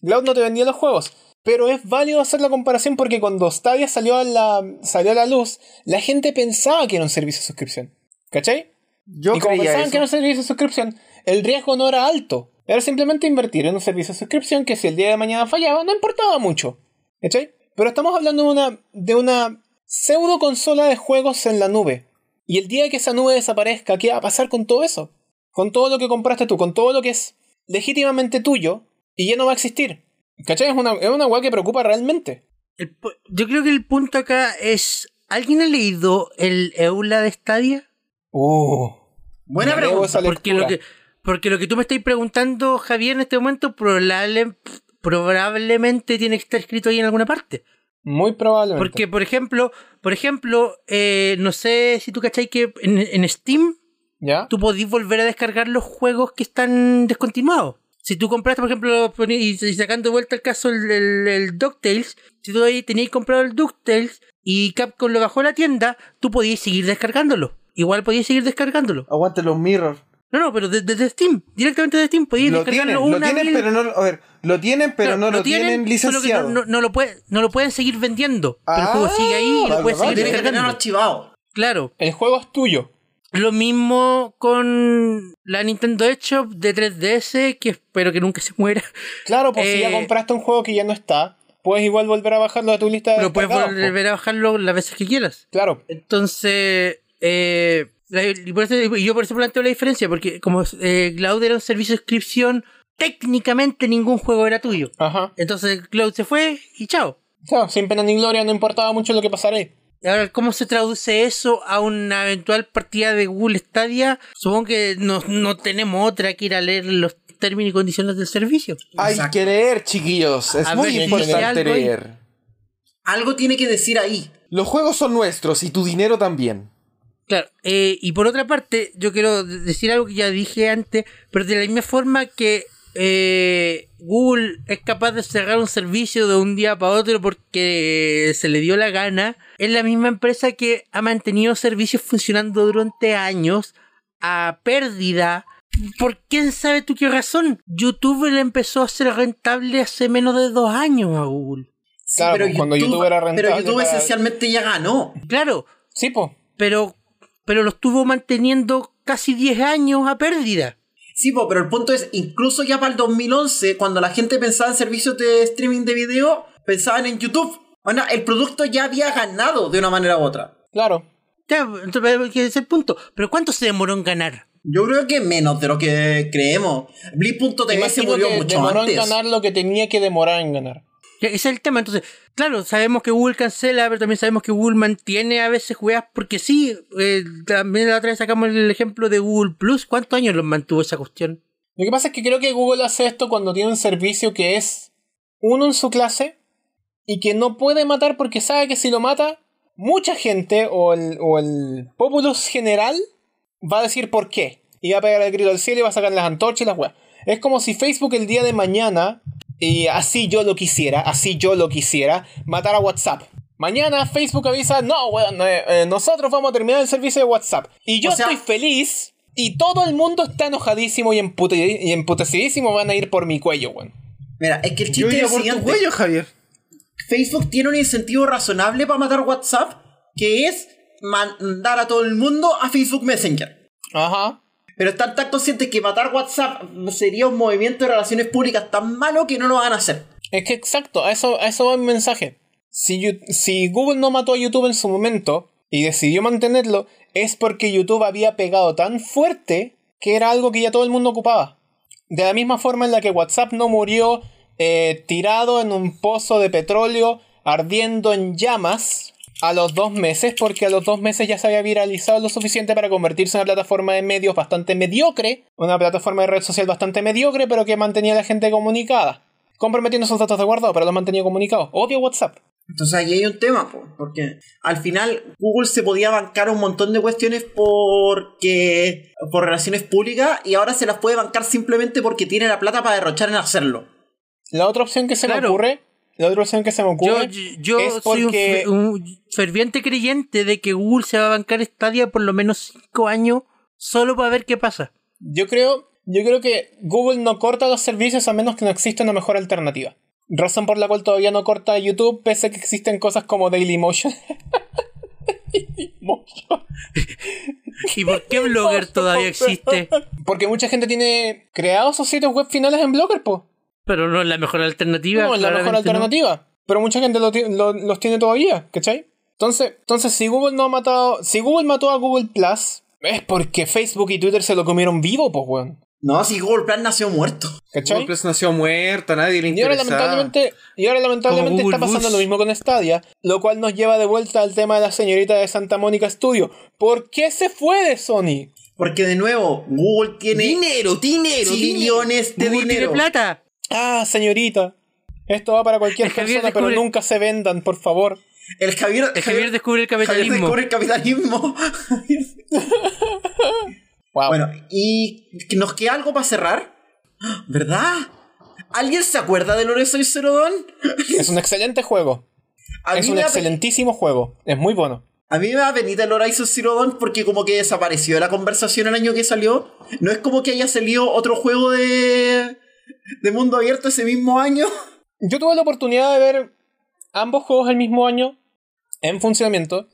S4: Cloud no te vendía los juegos. Pero es válido hacer la comparación porque cuando Stadia salió a la, salió a la luz, la gente pensaba que era un servicio de suscripción. ¿Cachai?
S1: Yo
S4: y como
S1: creía
S4: pensaban
S1: eso.
S4: que era un servicio de suscripción, el riesgo no era alto. Era simplemente invertir en un servicio de suscripción que si el día de mañana fallaba, no importaba mucho. ¿Cachai? Pero estamos hablando de una, de una pseudo consola de juegos en la nube. Y el día que esa nube desaparezca, ¿qué va a pasar con todo eso? Con todo lo que compraste tú, con todo lo que es legítimamente tuyo, y ya no va a existir. ¿Cachai? Es una, es una weá que preocupa realmente.
S2: El pu- yo creo que el punto acá es... ¿Alguien ha leído el EULA de Stadia?
S4: Uh,
S1: Oh,
S3: Buena
S4: Me debo
S3: pregunta.
S4: esa
S2: Porque lo,
S4: lectura.
S2: que, porque lo que tú me estás preguntando, Javier, en este momento probable- probablemente tiene que estar escrito ahí en alguna parte.
S4: Muy probablemente.
S2: Porque, por ejemplo, por ejemplo eh, no sé si tú cachai que en, en Steam
S4: ¿Ya?
S2: tú podís volver a descargar los juegos que están descontinuados. Si tú compraste, por ejemplo, poni- y y sacando de vuelta el caso el, el, el DuckTales, si tú ahí tenías comprado el DuckTales y Capcom lo bajó a la tienda, tú podías seguir descargándolo. Igual podías seguir descargándolo.
S1: Aguante los mirror.
S2: No, no, pero de- desde Steam, directamente desde Steam, podías
S1: Lo tienen,
S2: descargarlo
S1: lo
S2: una
S1: tienen,
S2: mil-
S1: pero no, a ver, lo tienen, pero
S2: Claro,
S1: no lo tienen,
S2: solo que no-
S1: licenciado.
S2: No, no lo puede- no lo pueden seguir vendiendo. pero el
S1: Ah,
S2: juego sigue ahí y
S1: vale,
S2: lo puedes
S1: Ah, vale.
S2: seguir
S3: Tienes que tenerlo
S2: descargando.
S3: archivado.
S2: Claro.
S4: El juego es tuyo.
S2: Lo mismo con la Nintendo eShop de 3DS, que espero que nunca se muera.
S4: Claro, pues si ya
S2: Eh,
S4: compraste un juego que ya no está, puedes igual volver a bajarlo a tu lista de
S2: Pero puedes
S4: descargados, po.
S2: volver a bajarlo las veces que quieras.
S4: Claro,
S2: Entonces, eh, la- y por eso- y yo por eso planteo la diferencia, porque como eh, Cloud era un servicio de suscripción, técnicamente ningún juego era tuyo.
S4: ajá.
S2: Entonces Cloud se fue y chao.
S4: Claro, sin pena ni gloria, no importaba mucho lo que pasara ahí.
S2: Y Ahora, ¿cómo se traduce eso a una eventual partida de Google Stadia? Supongo que no, no tenemos otra que ir a leer los términos y condiciones del servicio.
S1: Hay
S3: Exacto.
S1: que leer, chiquillos. Es
S2: A
S1: muy
S2: ver, ¿tiene
S1: importante
S2: algo ahí?
S1: leer.
S3: Algo tiene que decir ahí.
S1: Los juegos son nuestros y tu dinero también.
S2: Claro, eh, y por otra parte, yo quiero de- decir algo que ya dije antes, pero de la misma forma que eh, Google es capaz de cerrar un servicio de un día para otro porque se le dio la gana, es la misma empresa que ha mantenido servicios funcionando durante años a pérdida. ¿Por quién sabe tú qué razón? YouTube le empezó a ser rentable hace menos de dos años a Google.
S3: Sí,
S4: Claro, pues, cuando YouTube era rentable
S3: Pero YouTube
S4: para-
S3: esencialmente ya ganó.
S2: Claro,
S4: Sí, pues, po.
S2: pero, pero lo estuvo manteniendo casi 10 años a pérdida.
S3: Sí, po, pero el punto es, incluso ya para el 2011, cuando la gente pensaba en servicios de streaming de video, pensaban en YouTube. Bueno, el producto ya había ganado de una manera u otra.
S4: Claro.
S2: Ya, entonces, pero ese es el punto. Pero ¿cuánto se demoró en ganar?
S3: Yo creo que menos de lo que creemos. Blip.tv se
S4: Imagino
S3: murió
S4: que
S3: mucho
S4: demoró
S3: antes.
S4: en ganar lo que tenía que demorar en ganar.
S2: Ya, Ese es el tema. Entonces, claro, sabemos que Google cancela, pero también sabemos que Google mantiene a veces jugadas porque sí. eh, también la otra vez sacamos el ejemplo de Google Plus. ¿Cuántos años los mantuvo esa cuestión?
S4: Lo que pasa es que creo que Google hace esto cuando tiene un servicio que es uno en su clase y que no puede matar porque sabe que si lo mata, mucha gente o el, o el populus general va a decir por qué. Y va a pegar el grito al cielo y va a sacar las antorchas y las weas. Es como si Facebook el día de mañana, y así yo lo quisiera, así yo lo quisiera, matara a WhatsApp. Mañana Facebook avisa, no, weón, eh, eh, nosotros vamos a terminar el servicio de WhatsApp. Y yo
S3: O sea-
S4: estoy feliz Y todo el mundo está enojadísimo y, empute y emputecidísimo. Van a ir por mi cuello, weón.
S3: Mira, es que el
S1: Yo
S3: chiste es
S1: iría
S3: el
S1: por tu
S3: siguiente.
S1: cuello, Javier.
S3: Facebook tiene un incentivo razonable para matar WhatsApp, que es mandar a todo el mundo a Facebook Messenger.
S4: Ajá.
S3: Pero están tan conscientes que matar WhatsApp sería un movimiento de relaciones públicas tan malo que no lo van a hacer.
S4: Es que exacto, a eso, a eso va mi mensaje. Si, Yu- si Google no mató a YouTube en su momento y decidió mantenerlo, es porque YouTube había pegado tan fuerte que era algo que ya todo el mundo ocupaba. De la misma forma en la que WhatsApp no murió eh, tirado en un pozo de petróleo ardiendo en llamas a los dos meses, porque a los dos meses ya se había viralizado lo suficiente para convertirse en una plataforma de medios bastante mediocre, una plataforma de red social bastante mediocre, pero que mantenía a la gente comunicada comprometiendo sus datos de guardado, pero los mantenido comunicados. Odio WhatsApp.
S3: Entonces ahí hay un tema, po, porque al final Google se podía bancar un montón de cuestiones porque por relaciones públicas y ahora se las puede bancar simplemente porque tiene la plata para derrochar en hacerlo.
S4: La otra opción que se me
S2: Claro.
S4: ocurre, la otra opción que se me
S2: Yo,
S4: ocurre
S2: yo
S4: Pues, es
S2: soy un,
S4: porque
S2: fe- un ferviente creyente de que Google se va a bancar Stadia por lo menos 5 años solo para ver qué pasa.
S4: yo creo, yo creo que Google no corta los servicios a menos que no exista una mejor alternativa. Razón por la cual todavía no corta YouTube, pese a que existen cosas como Dailymotion. Dailymotion.
S2: ¿Y por qué Blogger todavía existe?
S4: Porque mucha gente tiene creados sus sitios web finales en Blogger, po.
S2: Pero no es la mejor alternativa.
S4: No, es la mejor
S2: claramente no.
S4: alternativa. Pero mucha gente lo ti- lo- los tiene todavía, ¿cachai? Entonces, entonces, si Google no ha matado. Si Google mató a Google Plus, es porque Facebook y Twitter se lo comieron vivo, pues, weón.
S3: No, si Google Plan nació muerto.
S4: ¿Cachai?
S1: Google Plus nació muerta, nadie le
S4: Y ahora,
S1: interesa.
S4: lamentablemente, y ahora lamentablemente
S2: Como Google
S4: está pasando
S2: Bus.
S4: lo mismo con Stadia, lo cual nos lleva de vuelta al tema de la señorita de Santa Mónica Studio. ¿Por qué se fue de Sony?
S3: Porque de nuevo, Google tiene
S1: Dinero, dinero, dinero.
S3: trillones de
S2: Google tiene
S3: dinero.
S2: plata.
S4: Ah, señorita. Esto va para cualquier
S2: El Javier
S4: persona, pero
S2: descubre-
S4: nunca se vendan, por favor.
S3: El Javier,
S2: El Javier descubre el
S3: Javier
S2: capitalismo.
S3: descubre el capitalismo.
S2: Ah.
S4: Wow.
S3: bueno, y nos queda algo para cerrar. ¿Verdad? ¿Alguien se acuerda de Lorenzo y Cerodón?
S4: Es un excelente juego.
S3: A
S4: Es
S3: mí
S4: un
S3: me da-
S4: excelentísimo juego. Es muy bueno.
S3: A mí me da penita el Horizon Zero Dawn porque como que desapareció de la conversación el año que salió. No es como que haya salido otro juego de, de mundo abierto ese mismo año.
S4: Yo tuve la oportunidad de ver ambos juegos el mismo año en funcionamiento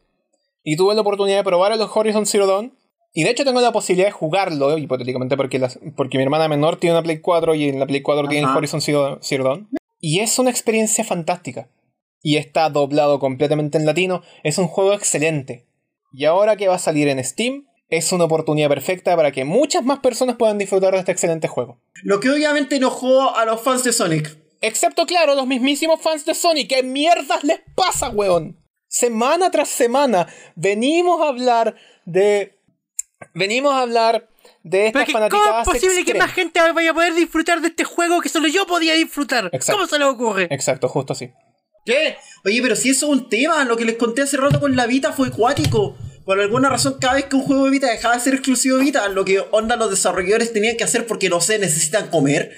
S4: y tuve la oportunidad de probar el Horizon Zero Dawn y de hecho tengo la posibilidad de jugarlo hipotéticamente porque, las- porque mi hermana menor tiene una Play 4 y en la Play 4 tiene el
S3: Ajá.
S4: Horizon Zero, Zero Dawn y es una experiencia fantástica y está doblado completamente en latino es un juego excelente y ahora que va a salir en Steam es una oportunidad perfecta para que muchas más personas puedan disfrutar de este excelente juego
S3: Lo que obviamente enojó a los fans de Sonic.
S4: Excepto, claro, los mismísimos fans de Sony. ¿Qué mierdas les pasa, weón? Semana tras semana venimos a hablar de. Venimos a hablar de
S2: Pero
S4: estas
S2: que, ¿Cómo es
S4: fanaticadas
S2: posible que
S4: extremas.
S2: más gente vaya a poder disfrutar de este juego que solo yo podía disfrutar?
S4: Exacto.
S2: ¿Cómo se le ocurre?
S4: Exacto, justo así.
S1: ¿Qué?
S3: Oye, pero si eso es un tema, lo que les conté hace rato con la Vita fue cuático. Por alguna razón, cada vez que un juego de Vita dejaba de ser exclusivo de Vita, lo que onda los desarrolladores tenían que hacer porque no sé, necesitan comer.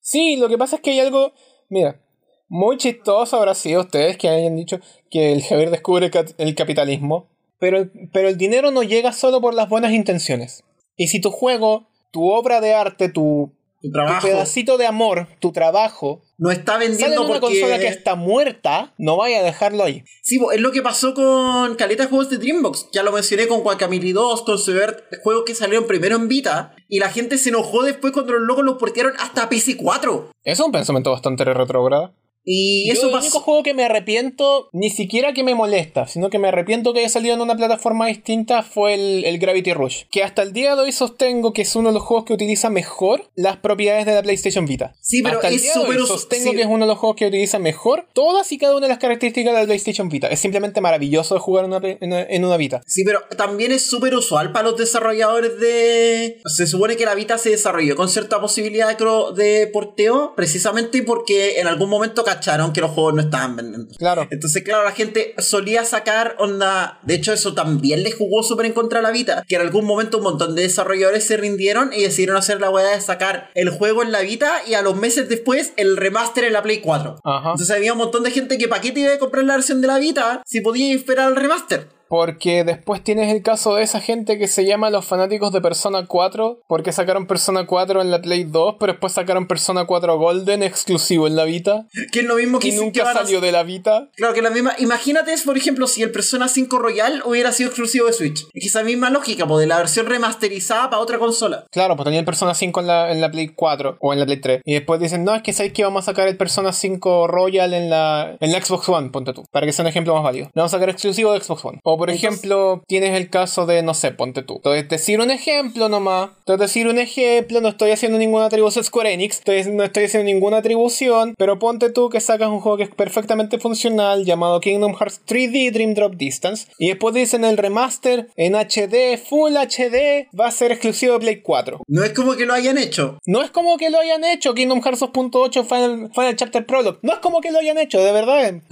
S4: Sí, lo que pasa es que hay algo. Mira, muy chistoso habrá sido ustedes que hayan dicho que el Javier descubre el cat- el capitalismo. Pero, el- pero el dinero no llega solo por las buenas intenciones. Y si tu juego, tu obra de arte, tu,
S3: Tu
S4: tu
S3: trabajo
S4: pedacito de amor, tu trabajo,
S3: no está
S4: Sale
S3: vendiendo
S4: una
S3: porque.
S4: consola que está muerta, no vaya a dejarlo ahí.
S3: Sí, po, es lo que pasó con Caleta de Juegos de Dreambox. Ya lo mencioné con Guacamole 2, con Severt, juegos que salieron primero en Vita. Y la gente se enojó después cuando los locos los portearon hasta PC4.
S4: Es un pensamiento bastante retrógrado.
S3: Y
S4: Yo
S3: eso
S4: el único
S3: pasó.
S4: juego que me arrepiento, ni siquiera que me molesta, sino que me arrepiento que haya salido en una plataforma distinta fue el, el Gravity Rush. Que hasta el día de hoy sostengo que es uno de los juegos que utiliza mejor las propiedades de la PlayStation Vita.
S3: Sí, pero
S4: hasta el
S3: es
S4: día de hoy
S3: súper us-
S4: sostengo
S3: sí.
S4: que es uno de los juegos que utiliza mejor todas y cada una de las características de la PlayStation Vita. Es simplemente maravilloso de jugar en una, pe- en una- en una Vita.
S3: Sí, pero también es súper usual para los desarrolladores de... Se supone que la Vita se desarrolló con cierta posibilidad de, cro- de porteo, precisamente porque en algún momento cacharon que los juegos no estaban vendiendo.
S4: Claro.
S3: Entonces, claro, la gente solía sacar onda... De hecho, eso también le jugó súper en contra a la Vita, que en algún momento un montón de desarrolladores se rindieron y decidieron hacer la hueá de sacar el juego en la Vita y a los meses después el remaster en la Play 4.
S4: Ajá.
S3: Entonces había un montón de gente que para qué te iba a comprar la versión de la Vita si podía esperar al remaster.
S4: Porque después tienes el caso de esa gente que se llama los fanáticos de Persona 4, porque sacaron Persona 4 en la Play 2, pero después sacaron Persona 4 Golden exclusivo en la Vita.
S3: Que es lo mismo que
S4: Y
S3: hicieron- que
S4: nunca
S3: van a-
S4: salió de la Vita.
S3: Claro que la misma. Imagínate, por ejemplo, si el Persona 5 Royal hubiera sido exclusivo de Switch. Es que esa misma lógica, pues, de la versión remasterizada para otra consola.
S4: Claro, pues tenía el Persona 5 en la, en la Play 4 o en la Play 3. Y después dicen, no, es que sabéis que vamos a sacar el Persona 5 Royal en la, en la Xbox One, ponte tú. Para que sea un ejemplo más válido. Lo vamos a sacar exclusivo de Xbox One. O por ejemplo, tienes el caso de, no sé, ponte tú. Entonces, decir un ejemplo nomás. Entonces, decir un ejemplo, no estoy haciendo ninguna atribución Square Enix. Entonces, no estoy haciendo ninguna atribución. Pero ponte tú que sacas un juego que es perfectamente funcional llamado Kingdom Hearts 3D Dream Drop Distance. Y después dicen el remaster en HD, Full HD, va a ser exclusivo de Play 4.
S3: No es como que lo hayan hecho.
S4: No es como que lo hayan hecho Kingdom Hearts 2.8 Final, Final Chapter Prologue. No es como que lo hayan hecho, de verdad. es-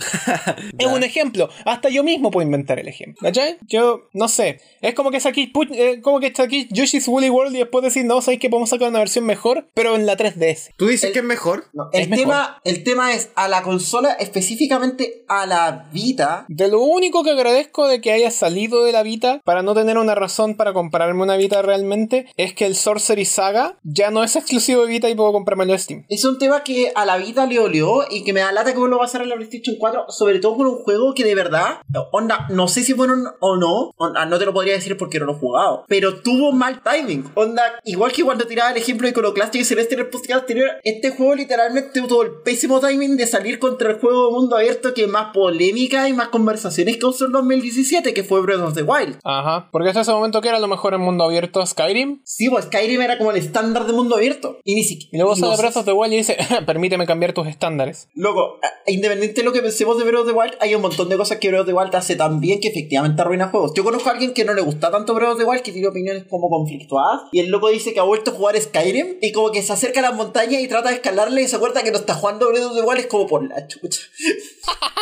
S4: es un ejemplo. Hasta yo mismo puedo inventar el ejemplo. ¿Cachai? Yo no sé. Es como que saquís pu- eh, como que saquís Yoshi's Woolly World y después decís, no, sabéis que podemos sacar una versión mejor, pero en la 3DS.
S1: ¿Tú dices
S3: El-
S1: que es mejor?
S4: es
S3: El
S4: mejor.
S3: tema, el tema es a la consola, específicamente a la Vita.
S4: De lo único que agradezco de que haya salido de la Vita, para no tener una razón para comprarme una Vita realmente, es que el Sorcery Saga ya no es exclusivo de Vita y puedo comprármelo en Steam.
S3: Es un tema que a la Vita le olió y que me da lata que vuelva a pasar en la PlayStation 4, sobre todo con un juego que de verdad, onda, no sé si bueno o no, onda, no te lo podría decir porque no lo he jugado, pero tuvo mal timing. Onda, igual que cuando tiraba el ejemplo de Iconoclastic y Celeste en el podcast anterior, este juego literalmente tuvo el pésimo timing de salir contra el juego de mundo abierto que más polémica y más conversaciones causó en 2017, que fue Breath of the Wild.
S4: Ajá, porque hasta ese momento que era lo mejor en mundo abierto Skyrim,
S3: Sí, pues Skyrim era como el estándar de mundo abierto. Y ni siquiera.
S4: Y luego
S3: y no
S4: sale
S3: sé-
S4: Breath of the Wild y dice, permíteme cambiar tus estándares.
S3: Loco, a- independiente de lo que pensemos de Breath of the Wild, hay un montón de cosas que Breath of the Wild hace tan bien que efectivamente arruina juegos. Yo conozco a alguien que no le gusta tanto Breath of the Wild, que tiene opiniones como conflictuadas, y el loco dice que ha vuelto a jugar Skyrim, y como que se acerca a las montañas y trata de escalarle y se acuerda que no está jugando Breath of the Wild, es como por la chucha.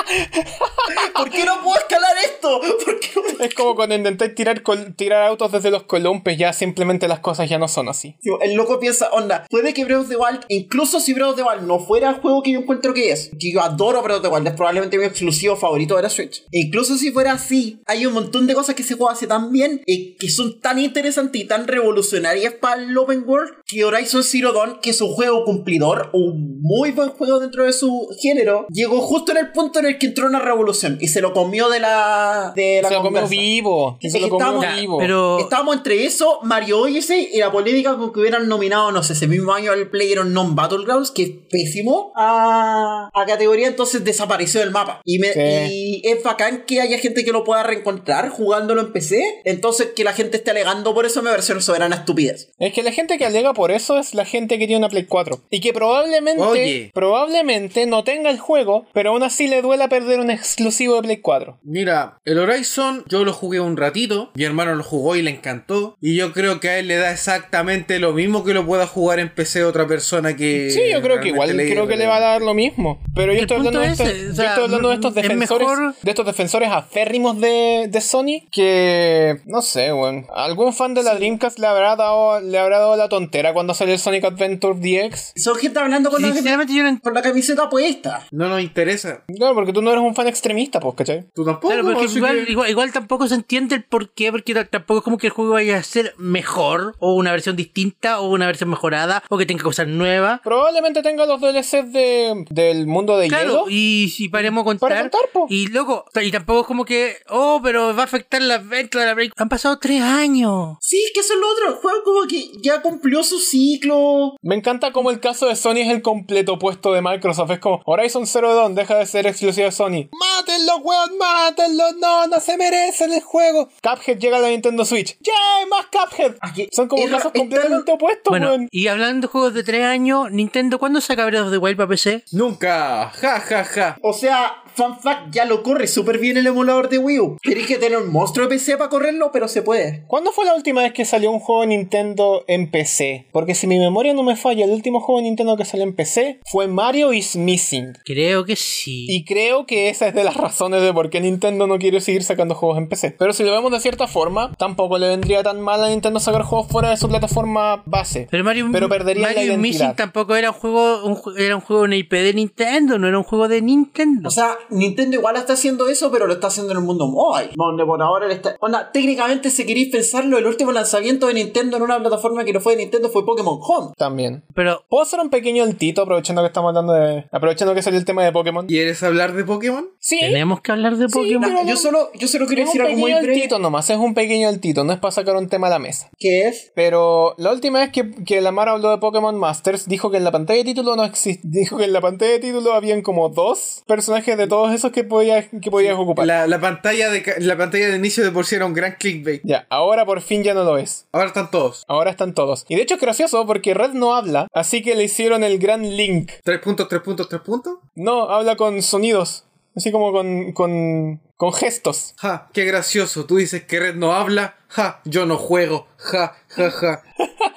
S3: ¿Por qué no puedo escalar esto? ¿Por qué no puedo?
S4: Es como cuando intentáis tirar, col- tirar autos desde los columpes, ya simplemente las cosas ya no son así.
S3: Tipo, El loco piensa, onda, puede que Breath of the Wild, incluso si Breath of the Wild no fuera el juego que yo encuentro que es, que yo adoro Breath of the Wild, es probablemente mi exclusivo favorito de la Switch. E incluso si fuera así, hay un montón de cosas que ese juego hace tan bien, y que son tan interesantes y tan revolucionarias para el open world, que Horizon Zero Dawn, que es un juego cumplidor, un muy buen juego dentro de su género, llegó justo en el punto en el que entró una revolución y se lo comió de la... De la
S4: Se lo comió
S3: conversa.
S4: vivo.
S3: Es
S4: Se lo
S3: que
S4: comió
S3: estamos-
S4: vivo.
S2: Pero
S3: Estábamos entre eso, Mario Odyssey y la polémica con que hubieran nominado, no sé, ese mismo año al Player Non Battlegrounds, que es pésimo, a, a categoría, entonces desapareció del mapa. Y, me-
S4: Sí.
S3: y es bacán que haya gente que lo pueda reencontrar jugándolo en PC, entonces que la gente esté alegando por eso me versión soberana estupidez.
S4: Es que la gente que alega por eso es la gente que tiene una Play 4. Y que probablemente,
S1: Oye.
S4: probablemente no tenga el juego, pero aún así le duela perder un exclusivo de Play 4.
S1: Mira, el Horizon yo lo jugué un ratito, mi hermano lo jugó y le encantó, y yo creo que a él le da exactamente lo mismo que lo pueda jugar en PC otra persona que...
S4: Sí, yo creo que igual
S1: realmente
S4: creo que le va a dar lo mismo. Pero yo
S2: El
S4: estoy hablando,
S2: punto
S4: de,
S2: es,
S4: estos,
S2: eh, o
S4: yo
S2: sea,
S4: estoy hablando de estos
S2: es
S4: defensores,
S2: mejor-
S4: de estos defensores aférrimos de, de Sony que no sé, weón. Algún fan de la Dreamcast le habrá dado, le habrá dado la tontera cuando salió el Sonic Adventure DX.
S3: Son gente hablando con, la,
S2: sinceramente yo no entiendo.
S3: con la camiseta puesta.
S1: No nos interesa.
S4: Claro, porque tú no eres un fan extremista, pues, ¿cachai?
S1: Tú tampoco.
S2: Claro, porque
S1: así
S2: igual,
S1: que-
S2: igual, igual tampoco se entiende el por qué, porque ta- tampoco es como que el juego vaya a ser mejor, o una versión distinta, o una versión mejorada, o que tenga cosas nuevas.
S4: Probablemente tenga los DLCs de, del mundo de hielo.
S2: Claro, y si paremos a contar.
S4: Para contar, po.
S2: Y loco, o sea, y tampoco es como que, oh, pero va a afectar las ventas de la break. Han pasado tres años.
S3: Sí, es que eso es lo otro. El juego como que ya cumplió su ciclo.
S4: Me encanta como el caso de Sony es el completo opuesto de Microsoft. Es como Horizon Zero Dawn deja de ser exclusivo de Sony. ¡Mátenlo, weón! ¡Mátenlo! ¡No! ¡No se merecen el juego! Cuphead llega a la Nintendo Switch. ¡Yay! ¡Más Cuphead!
S1: Ah,
S3: Aquí-
S4: Son como
S3: es
S4: casos
S3: raro, es
S4: completamente
S3: tan-
S4: opuestos,
S2: Bueno,
S4: weón.
S2: y hablando de juegos de tres años, Nintendo, ¿cuándo saca Breath of the Wild para PC?
S1: Nunca. Ja, ja, ja.
S3: O sea, fan fact, ya lo corre súper bien el emulador de Wii U. Tienes que tener un monstruo de PC para correrlo, pero se puede.
S4: ¿Cuándo fue la última vez que salió un juego de Nintendo en PC? Porque si mi memoria no me falla, el último juego de Nintendo que salió en PC fue Mario is Missing.
S2: Creo que sí.
S4: Y creo que esa es de las razones de por qué Nintendo no quiere seguir sacando juegos en PC. Pero si lo vemos de cierta forma, tampoco le vendría tan mal a Nintendo sacar juegos fuera de su plataforma base.
S2: Pero Mario,
S4: perdería
S2: Mario
S4: la
S2: Missing
S4: identidad.
S2: tampoco era un juego, un ju- era un juego en IP de Nintendo, no era un juego de Nintendo.
S3: O sea, Nintendo igual está haciendo eso, pero lo está haciendo en el mundo mobile. Donde por ahora le está. Onda, técnicamente, si queréis pensarlo, el último lanzamiento de Nintendo en una plataforma que no fue de Nintendo fue Pokémon Home.
S4: También.
S2: Pero
S4: ¿Puedo hacer un pequeño altito aprovechando que estamos hablando de. aprovechando que salió el tema de Pokémon?
S1: ¿Quieres hablar de Pokémon?
S4: Sí.
S2: tenemos que hablar de Pokémon.
S3: Nah, yo solo, yo solo quería
S4: Es un
S3: decir algo muy
S4: pequeño
S3: breve.
S4: altito nomás, es un pequeño altito, no es para sacar un tema a la mesa.
S3: Que es.
S4: Pero la última vez que, que la Mara habló de Pokémon Masters, dijo que en la pantalla de título no exist- dijo que en la pantalla de título habían como dos personajes de todos esos que podías, que podías ocupar.
S1: La, la pantalla de, ca- la pantalla de inicio de por sí era un gran clickbait.
S4: Ya, ahora por fin ya no lo es.
S1: Ahora están todos.
S4: Ahora están todos. Y de hecho es gracioso porque Red no habla, así que le hicieron el gran Link.
S1: Tres puntos, tres puntos, tres puntos.
S4: No, habla con sonidos, así como con, con, con gestos.
S1: Ja, qué gracioso. Tú dices que Red no habla. Ja, yo no juego. Ja, ja, ja.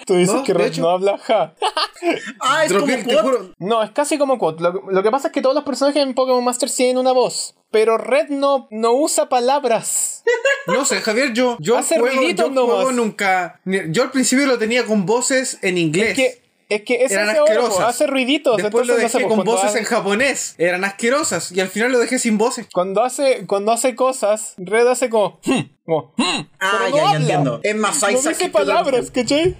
S4: Tú dices
S1: No,
S4: que
S1: de
S4: Red
S1: hecho-
S4: no habla, ja.
S3: Ah, es
S1: Dropkick,
S3: como
S1: te
S3: Quad.
S1: juro.
S4: No, es casi como Quoth. Lo, lo que pasa es que todos los personajes en Pokémon Masters tienen una voz. Pero Red no, no usa palabras.
S1: No sé, Javier, yo, yo
S4: Hace
S1: juego, yo
S4: ruiditos nomás.
S1: juego nunca. ni- Yo al principio lo tenía con voces en inglés.
S4: Es que, es que es
S1: eran
S4: ese oro,
S1: asquerosas.
S4: hace ruiditos.
S1: Después
S4: entonces
S1: lo
S4: no
S1: dejé
S4: sé, pues,
S1: con
S4: cuando
S1: voces
S4: ha-
S1: en japonés. Eran asquerosas. Y al final lo dejé sin voces.
S4: Cuando hace, cuando hace cosas, Red hace como... "Hmm", como, "Hmm",
S3: Ah,
S4: pero no
S3: ya, ya
S4: habla.
S3: entiendo. Es más
S4: No
S3: Isaac
S4: dice
S3: que todo el
S4: palabras,
S3: tiempo.
S4: ¿cachai?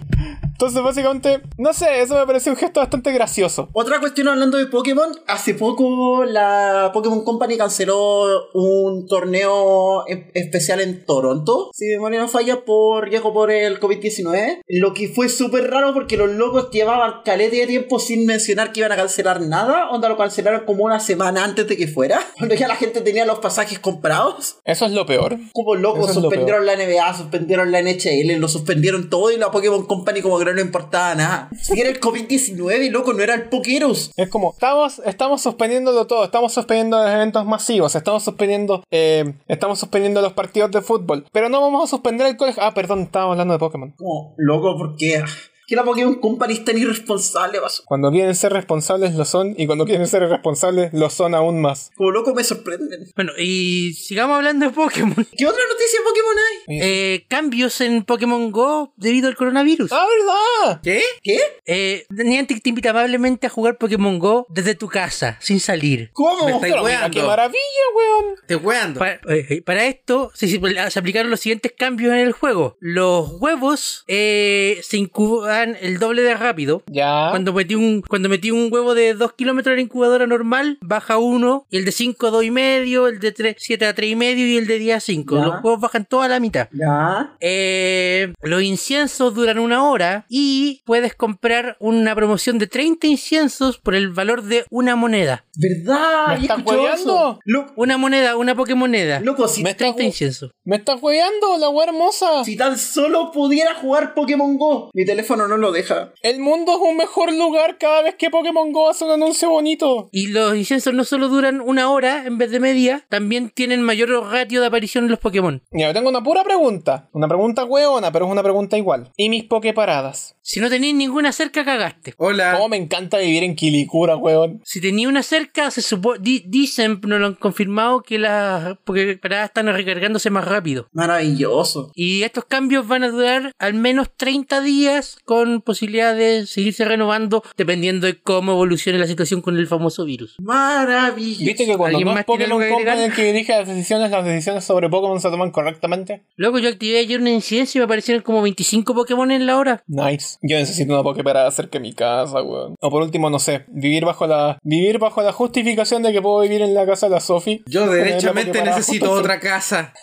S4: Entonces, básicamente, no sé, eso me pareció un gesto bastante gracioso.
S3: Otra cuestión hablando de Pokémon, hace poco la Pokémon Company canceló un torneo e- especial en Toronto, si mi memoria no falla, por riesgo por el COVID-19, lo que fue súper raro porque los locos llevaban calete de tiempo sin mencionar que iban a cancelar nada, onda lo cancelaron como una semana antes de que fuera, cuando ya la gente tenía los pasajes comprados.
S4: Eso es lo peor.
S3: Como locos,
S4: Eso es lo
S3: suspendieron la NBA, suspendieron la NHL, lo suspendieron todo y la Pokémon Company como que no le importaba nada. Si era el COVID-19, loco, no era el Pokerus.
S4: Es como, estamos, estamos suspendiéndolo todo, estamos suspendiendo los eventos masivos, estamos suspendiendo, eh, estamos suspendiendo los partidos de fútbol, pero no vamos a suspender el colegio. Ah, perdón, estábamos hablando de Pokémon.
S3: Como, loco, ¿por qué? Que la Pokémon Company es tan irresponsable, vaso.
S4: Cuando quieren ser responsables lo son, y cuando quieren ser irresponsables lo son aún más.
S3: Como loco me sorprenden.
S2: Bueno, y sigamos hablando de Pokémon.
S3: ¿Qué otra noticia de Pokémon hay?
S2: Eh, cambios en Pokémon Go debido al coronavirus.
S4: ¡Ah, verdad!
S1: ¿Qué?
S3: ¿Qué?
S2: Eh, Niantic te invita amablemente a jugar Pokémon Go desde tu casa, sin salir.
S4: ¿Cómo?
S1: Me estáis
S4: Pero mira,
S1: weando.
S4: ¡Qué maravilla, weón!
S1: Te weando.
S2: Pa- eh, para esto se, se aplicaron los siguientes cambios en el juego. Los huevos eh, se incuban el doble de rápido.
S4: Ya.
S3: ¿Ah?
S2: Cuando metí, un, cuando metí un huevo de 2 kilómetros en la incubadora normal, baja 1, y el de 5 a 2 y medio, el de 3, 7 a 3 y medio y el de 10 a 5.
S3: Ya.
S2: Los huevos bajan toda la mitad.
S3: Ya.
S2: Eh, los inciensos duran una hora y puedes comprar una promoción de 30 inciensos por el valor de una moneda.
S3: ¿Verdad?
S4: ¿Me
S3: ¿Había
S4: estás
S3: escuchado
S4: hueveando?
S3: eso? Lo-
S2: Una moneda, una Pokémoneda.
S3: loco, si,
S4: Me-
S2: 30 inciensos.
S4: ¡Me estás weando, la wea hermosa!
S3: si tan solo pudiera jugar Pokémon Go. Mi teléfono no lo deja.
S4: El mundo es un mejor lugar cada vez que Pokémon Go hace un anuncio bonito.
S2: Y los inciensos no solo duran una hora en vez de media, también tienen mayor ratio de aparición en los Pokémon.
S4: Mira, yo tengo una pura pregunta. Una pregunta hueona, pero es una pregunta igual. ¿Y mis pokeparadas?
S2: Si no tenéis ninguna cerca, cagaste.
S1: Hola.
S4: ¿Cómo me encanta vivir en Quilicura, hueón?
S2: Si tenía una cerca, se supo, di- dicen, no lo han confirmado, que las Poképaradas están recargándose más rápido.
S3: Maravilloso.
S2: Y estos cambios van a durar al menos 30 días con posibilidad de seguirse renovando dependiendo de cómo evolucione la situación con el famoso virus.
S3: Maravilloso.
S4: ¿Viste que cuando
S2: ¿Alguien
S4: no
S2: más
S4: es
S2: tiene algo
S4: Pokémon
S2: que
S4: Company
S2: agregar?
S4: el que dirige las decisiones, las decisiones sobre Pokémon se toman correctamente?
S2: Luego yo activé ayer una incidencia y me aparecieron como 25 Pokémon en la hora.
S4: Nice. Yo necesito una Poképarada cerca de mi casa, hueón. O por último, no sé, vivir bajo la vivir bajo la justificación de que puedo vivir en la casa de la Sophie.
S1: Yo
S4: Poner la
S1: derechamente
S4: Poképarada
S1: necesito
S4: justo
S1: otra casa.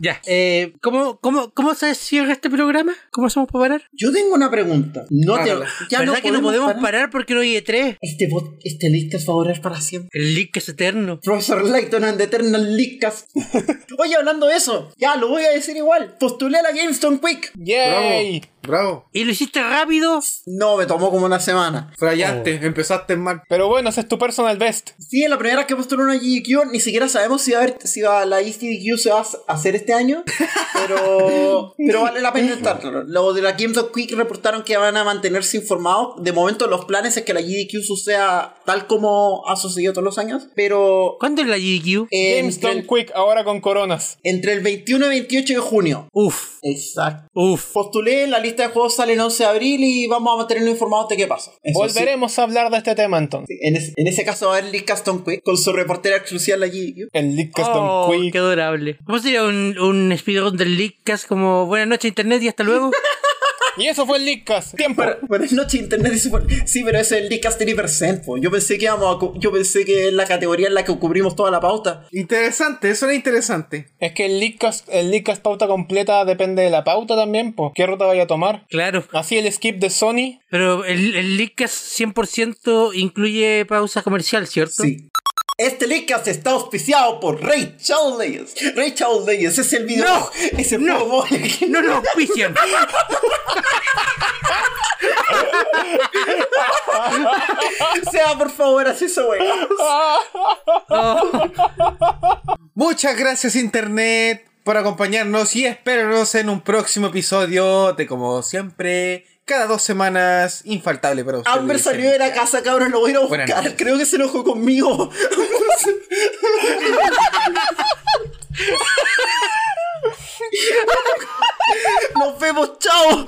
S2: Ya. Eh, ¿cómo, cómo, ¿Cómo se cierra este programa? ¿Cómo hacemos para parar?
S3: Yo tengo una pregunta. No te,
S1: Hágala.
S3: ya
S2: ¿Verdad
S3: no
S2: que no podemos
S3: parar?
S2: parar, porque no hay E E3?
S3: Este, bot- este leakcast va a durar para siempre.
S2: El link es eterno.
S3: Professor Layton and the Eternal Leakcast. Oye, hablando de eso, ya lo voy a decir igual. Postulé a la GameStone Quick.
S4: ¡Yay!
S1: Bravo. Bravo.
S2: ¿Y lo hiciste rápido?
S3: No, me tomó como una semana.
S4: Oh.
S1: Fallaste. Empezaste mal.
S4: Pero bueno, ese es tu personal best.
S3: Sí, es la primera vez que postuló una GDQ. Ni siquiera sabemos si, va a haber, si va, la GDQ se va a hacer este año. Pero, pero vale la pena intentarlo. Los de la GameStone Quick reportaron que van a mantenerse informados. De momento, los planes es que la GDQ suceda tal como ha sucedido todos los años. Pero.
S2: ¿Cuándo es la GDQ?
S3: eh, entre
S4: GameStop
S3: el-
S4: Quick, ahora con coronas.
S3: entre el 21 y 28 de junio.
S2: Uf,
S3: Exacto.
S2: uf.
S3: Postulé, la lista oferta de juegos sale el 11 de abril y vamos a mantenernos informados de qué pasa. Eso
S4: Volveremos a hablar de este tema entonces.
S3: sí. En, es- en ese caso va a haber Lee Caston Quick con su reportera exclusiva la GQ.
S4: El Leakcast Don
S2: Oh,
S4: Quick.
S2: qué adorable. ¿Cómo sería un, un speedrun del Leakcast como buenas noches internet y hasta luego?
S4: Y eso fue el Leakcast. Tiempo.
S3: Para- Buenas noches, internet. y super- Sí, pero ese es el Lee Caston Percent, po. Yo pensé que íbamos a cu- yo pensé que es la categoría en la que cubrimos toda la pauta.
S1: Interesante, eso era interesante.
S4: Es que el Leakcast, el Leakcast pauta completa depende de la pauta también, pues. ¿Qué ruta vaya a tomar?
S2: claro.
S4: Así el skip de Sony.
S2: Pero el, el Leakcast 100% incluye pausa comercial, ¿cierto?
S3: Sí. Este Leadcast está auspiciado por Rachel Leyes. Rachel Leyes es el video.
S2: No,
S3: ese
S2: no.
S3: juego móvil que-
S2: No lo auspician.
S3: Sea, por favor, así eso, güey.
S2: Oh,
S1: Muchas gracias, Internet, por acompañarnos y espérenos en un próximo episodio de, como siempre, cada dos semanas, infaltable para ustedes.
S3: Amber salió de la casa, cabrón, lo voy a ir a
S1: Buenas
S3: buscar.
S1: noches.
S3: Creo que se enojó conmigo. Nos vemos, chao.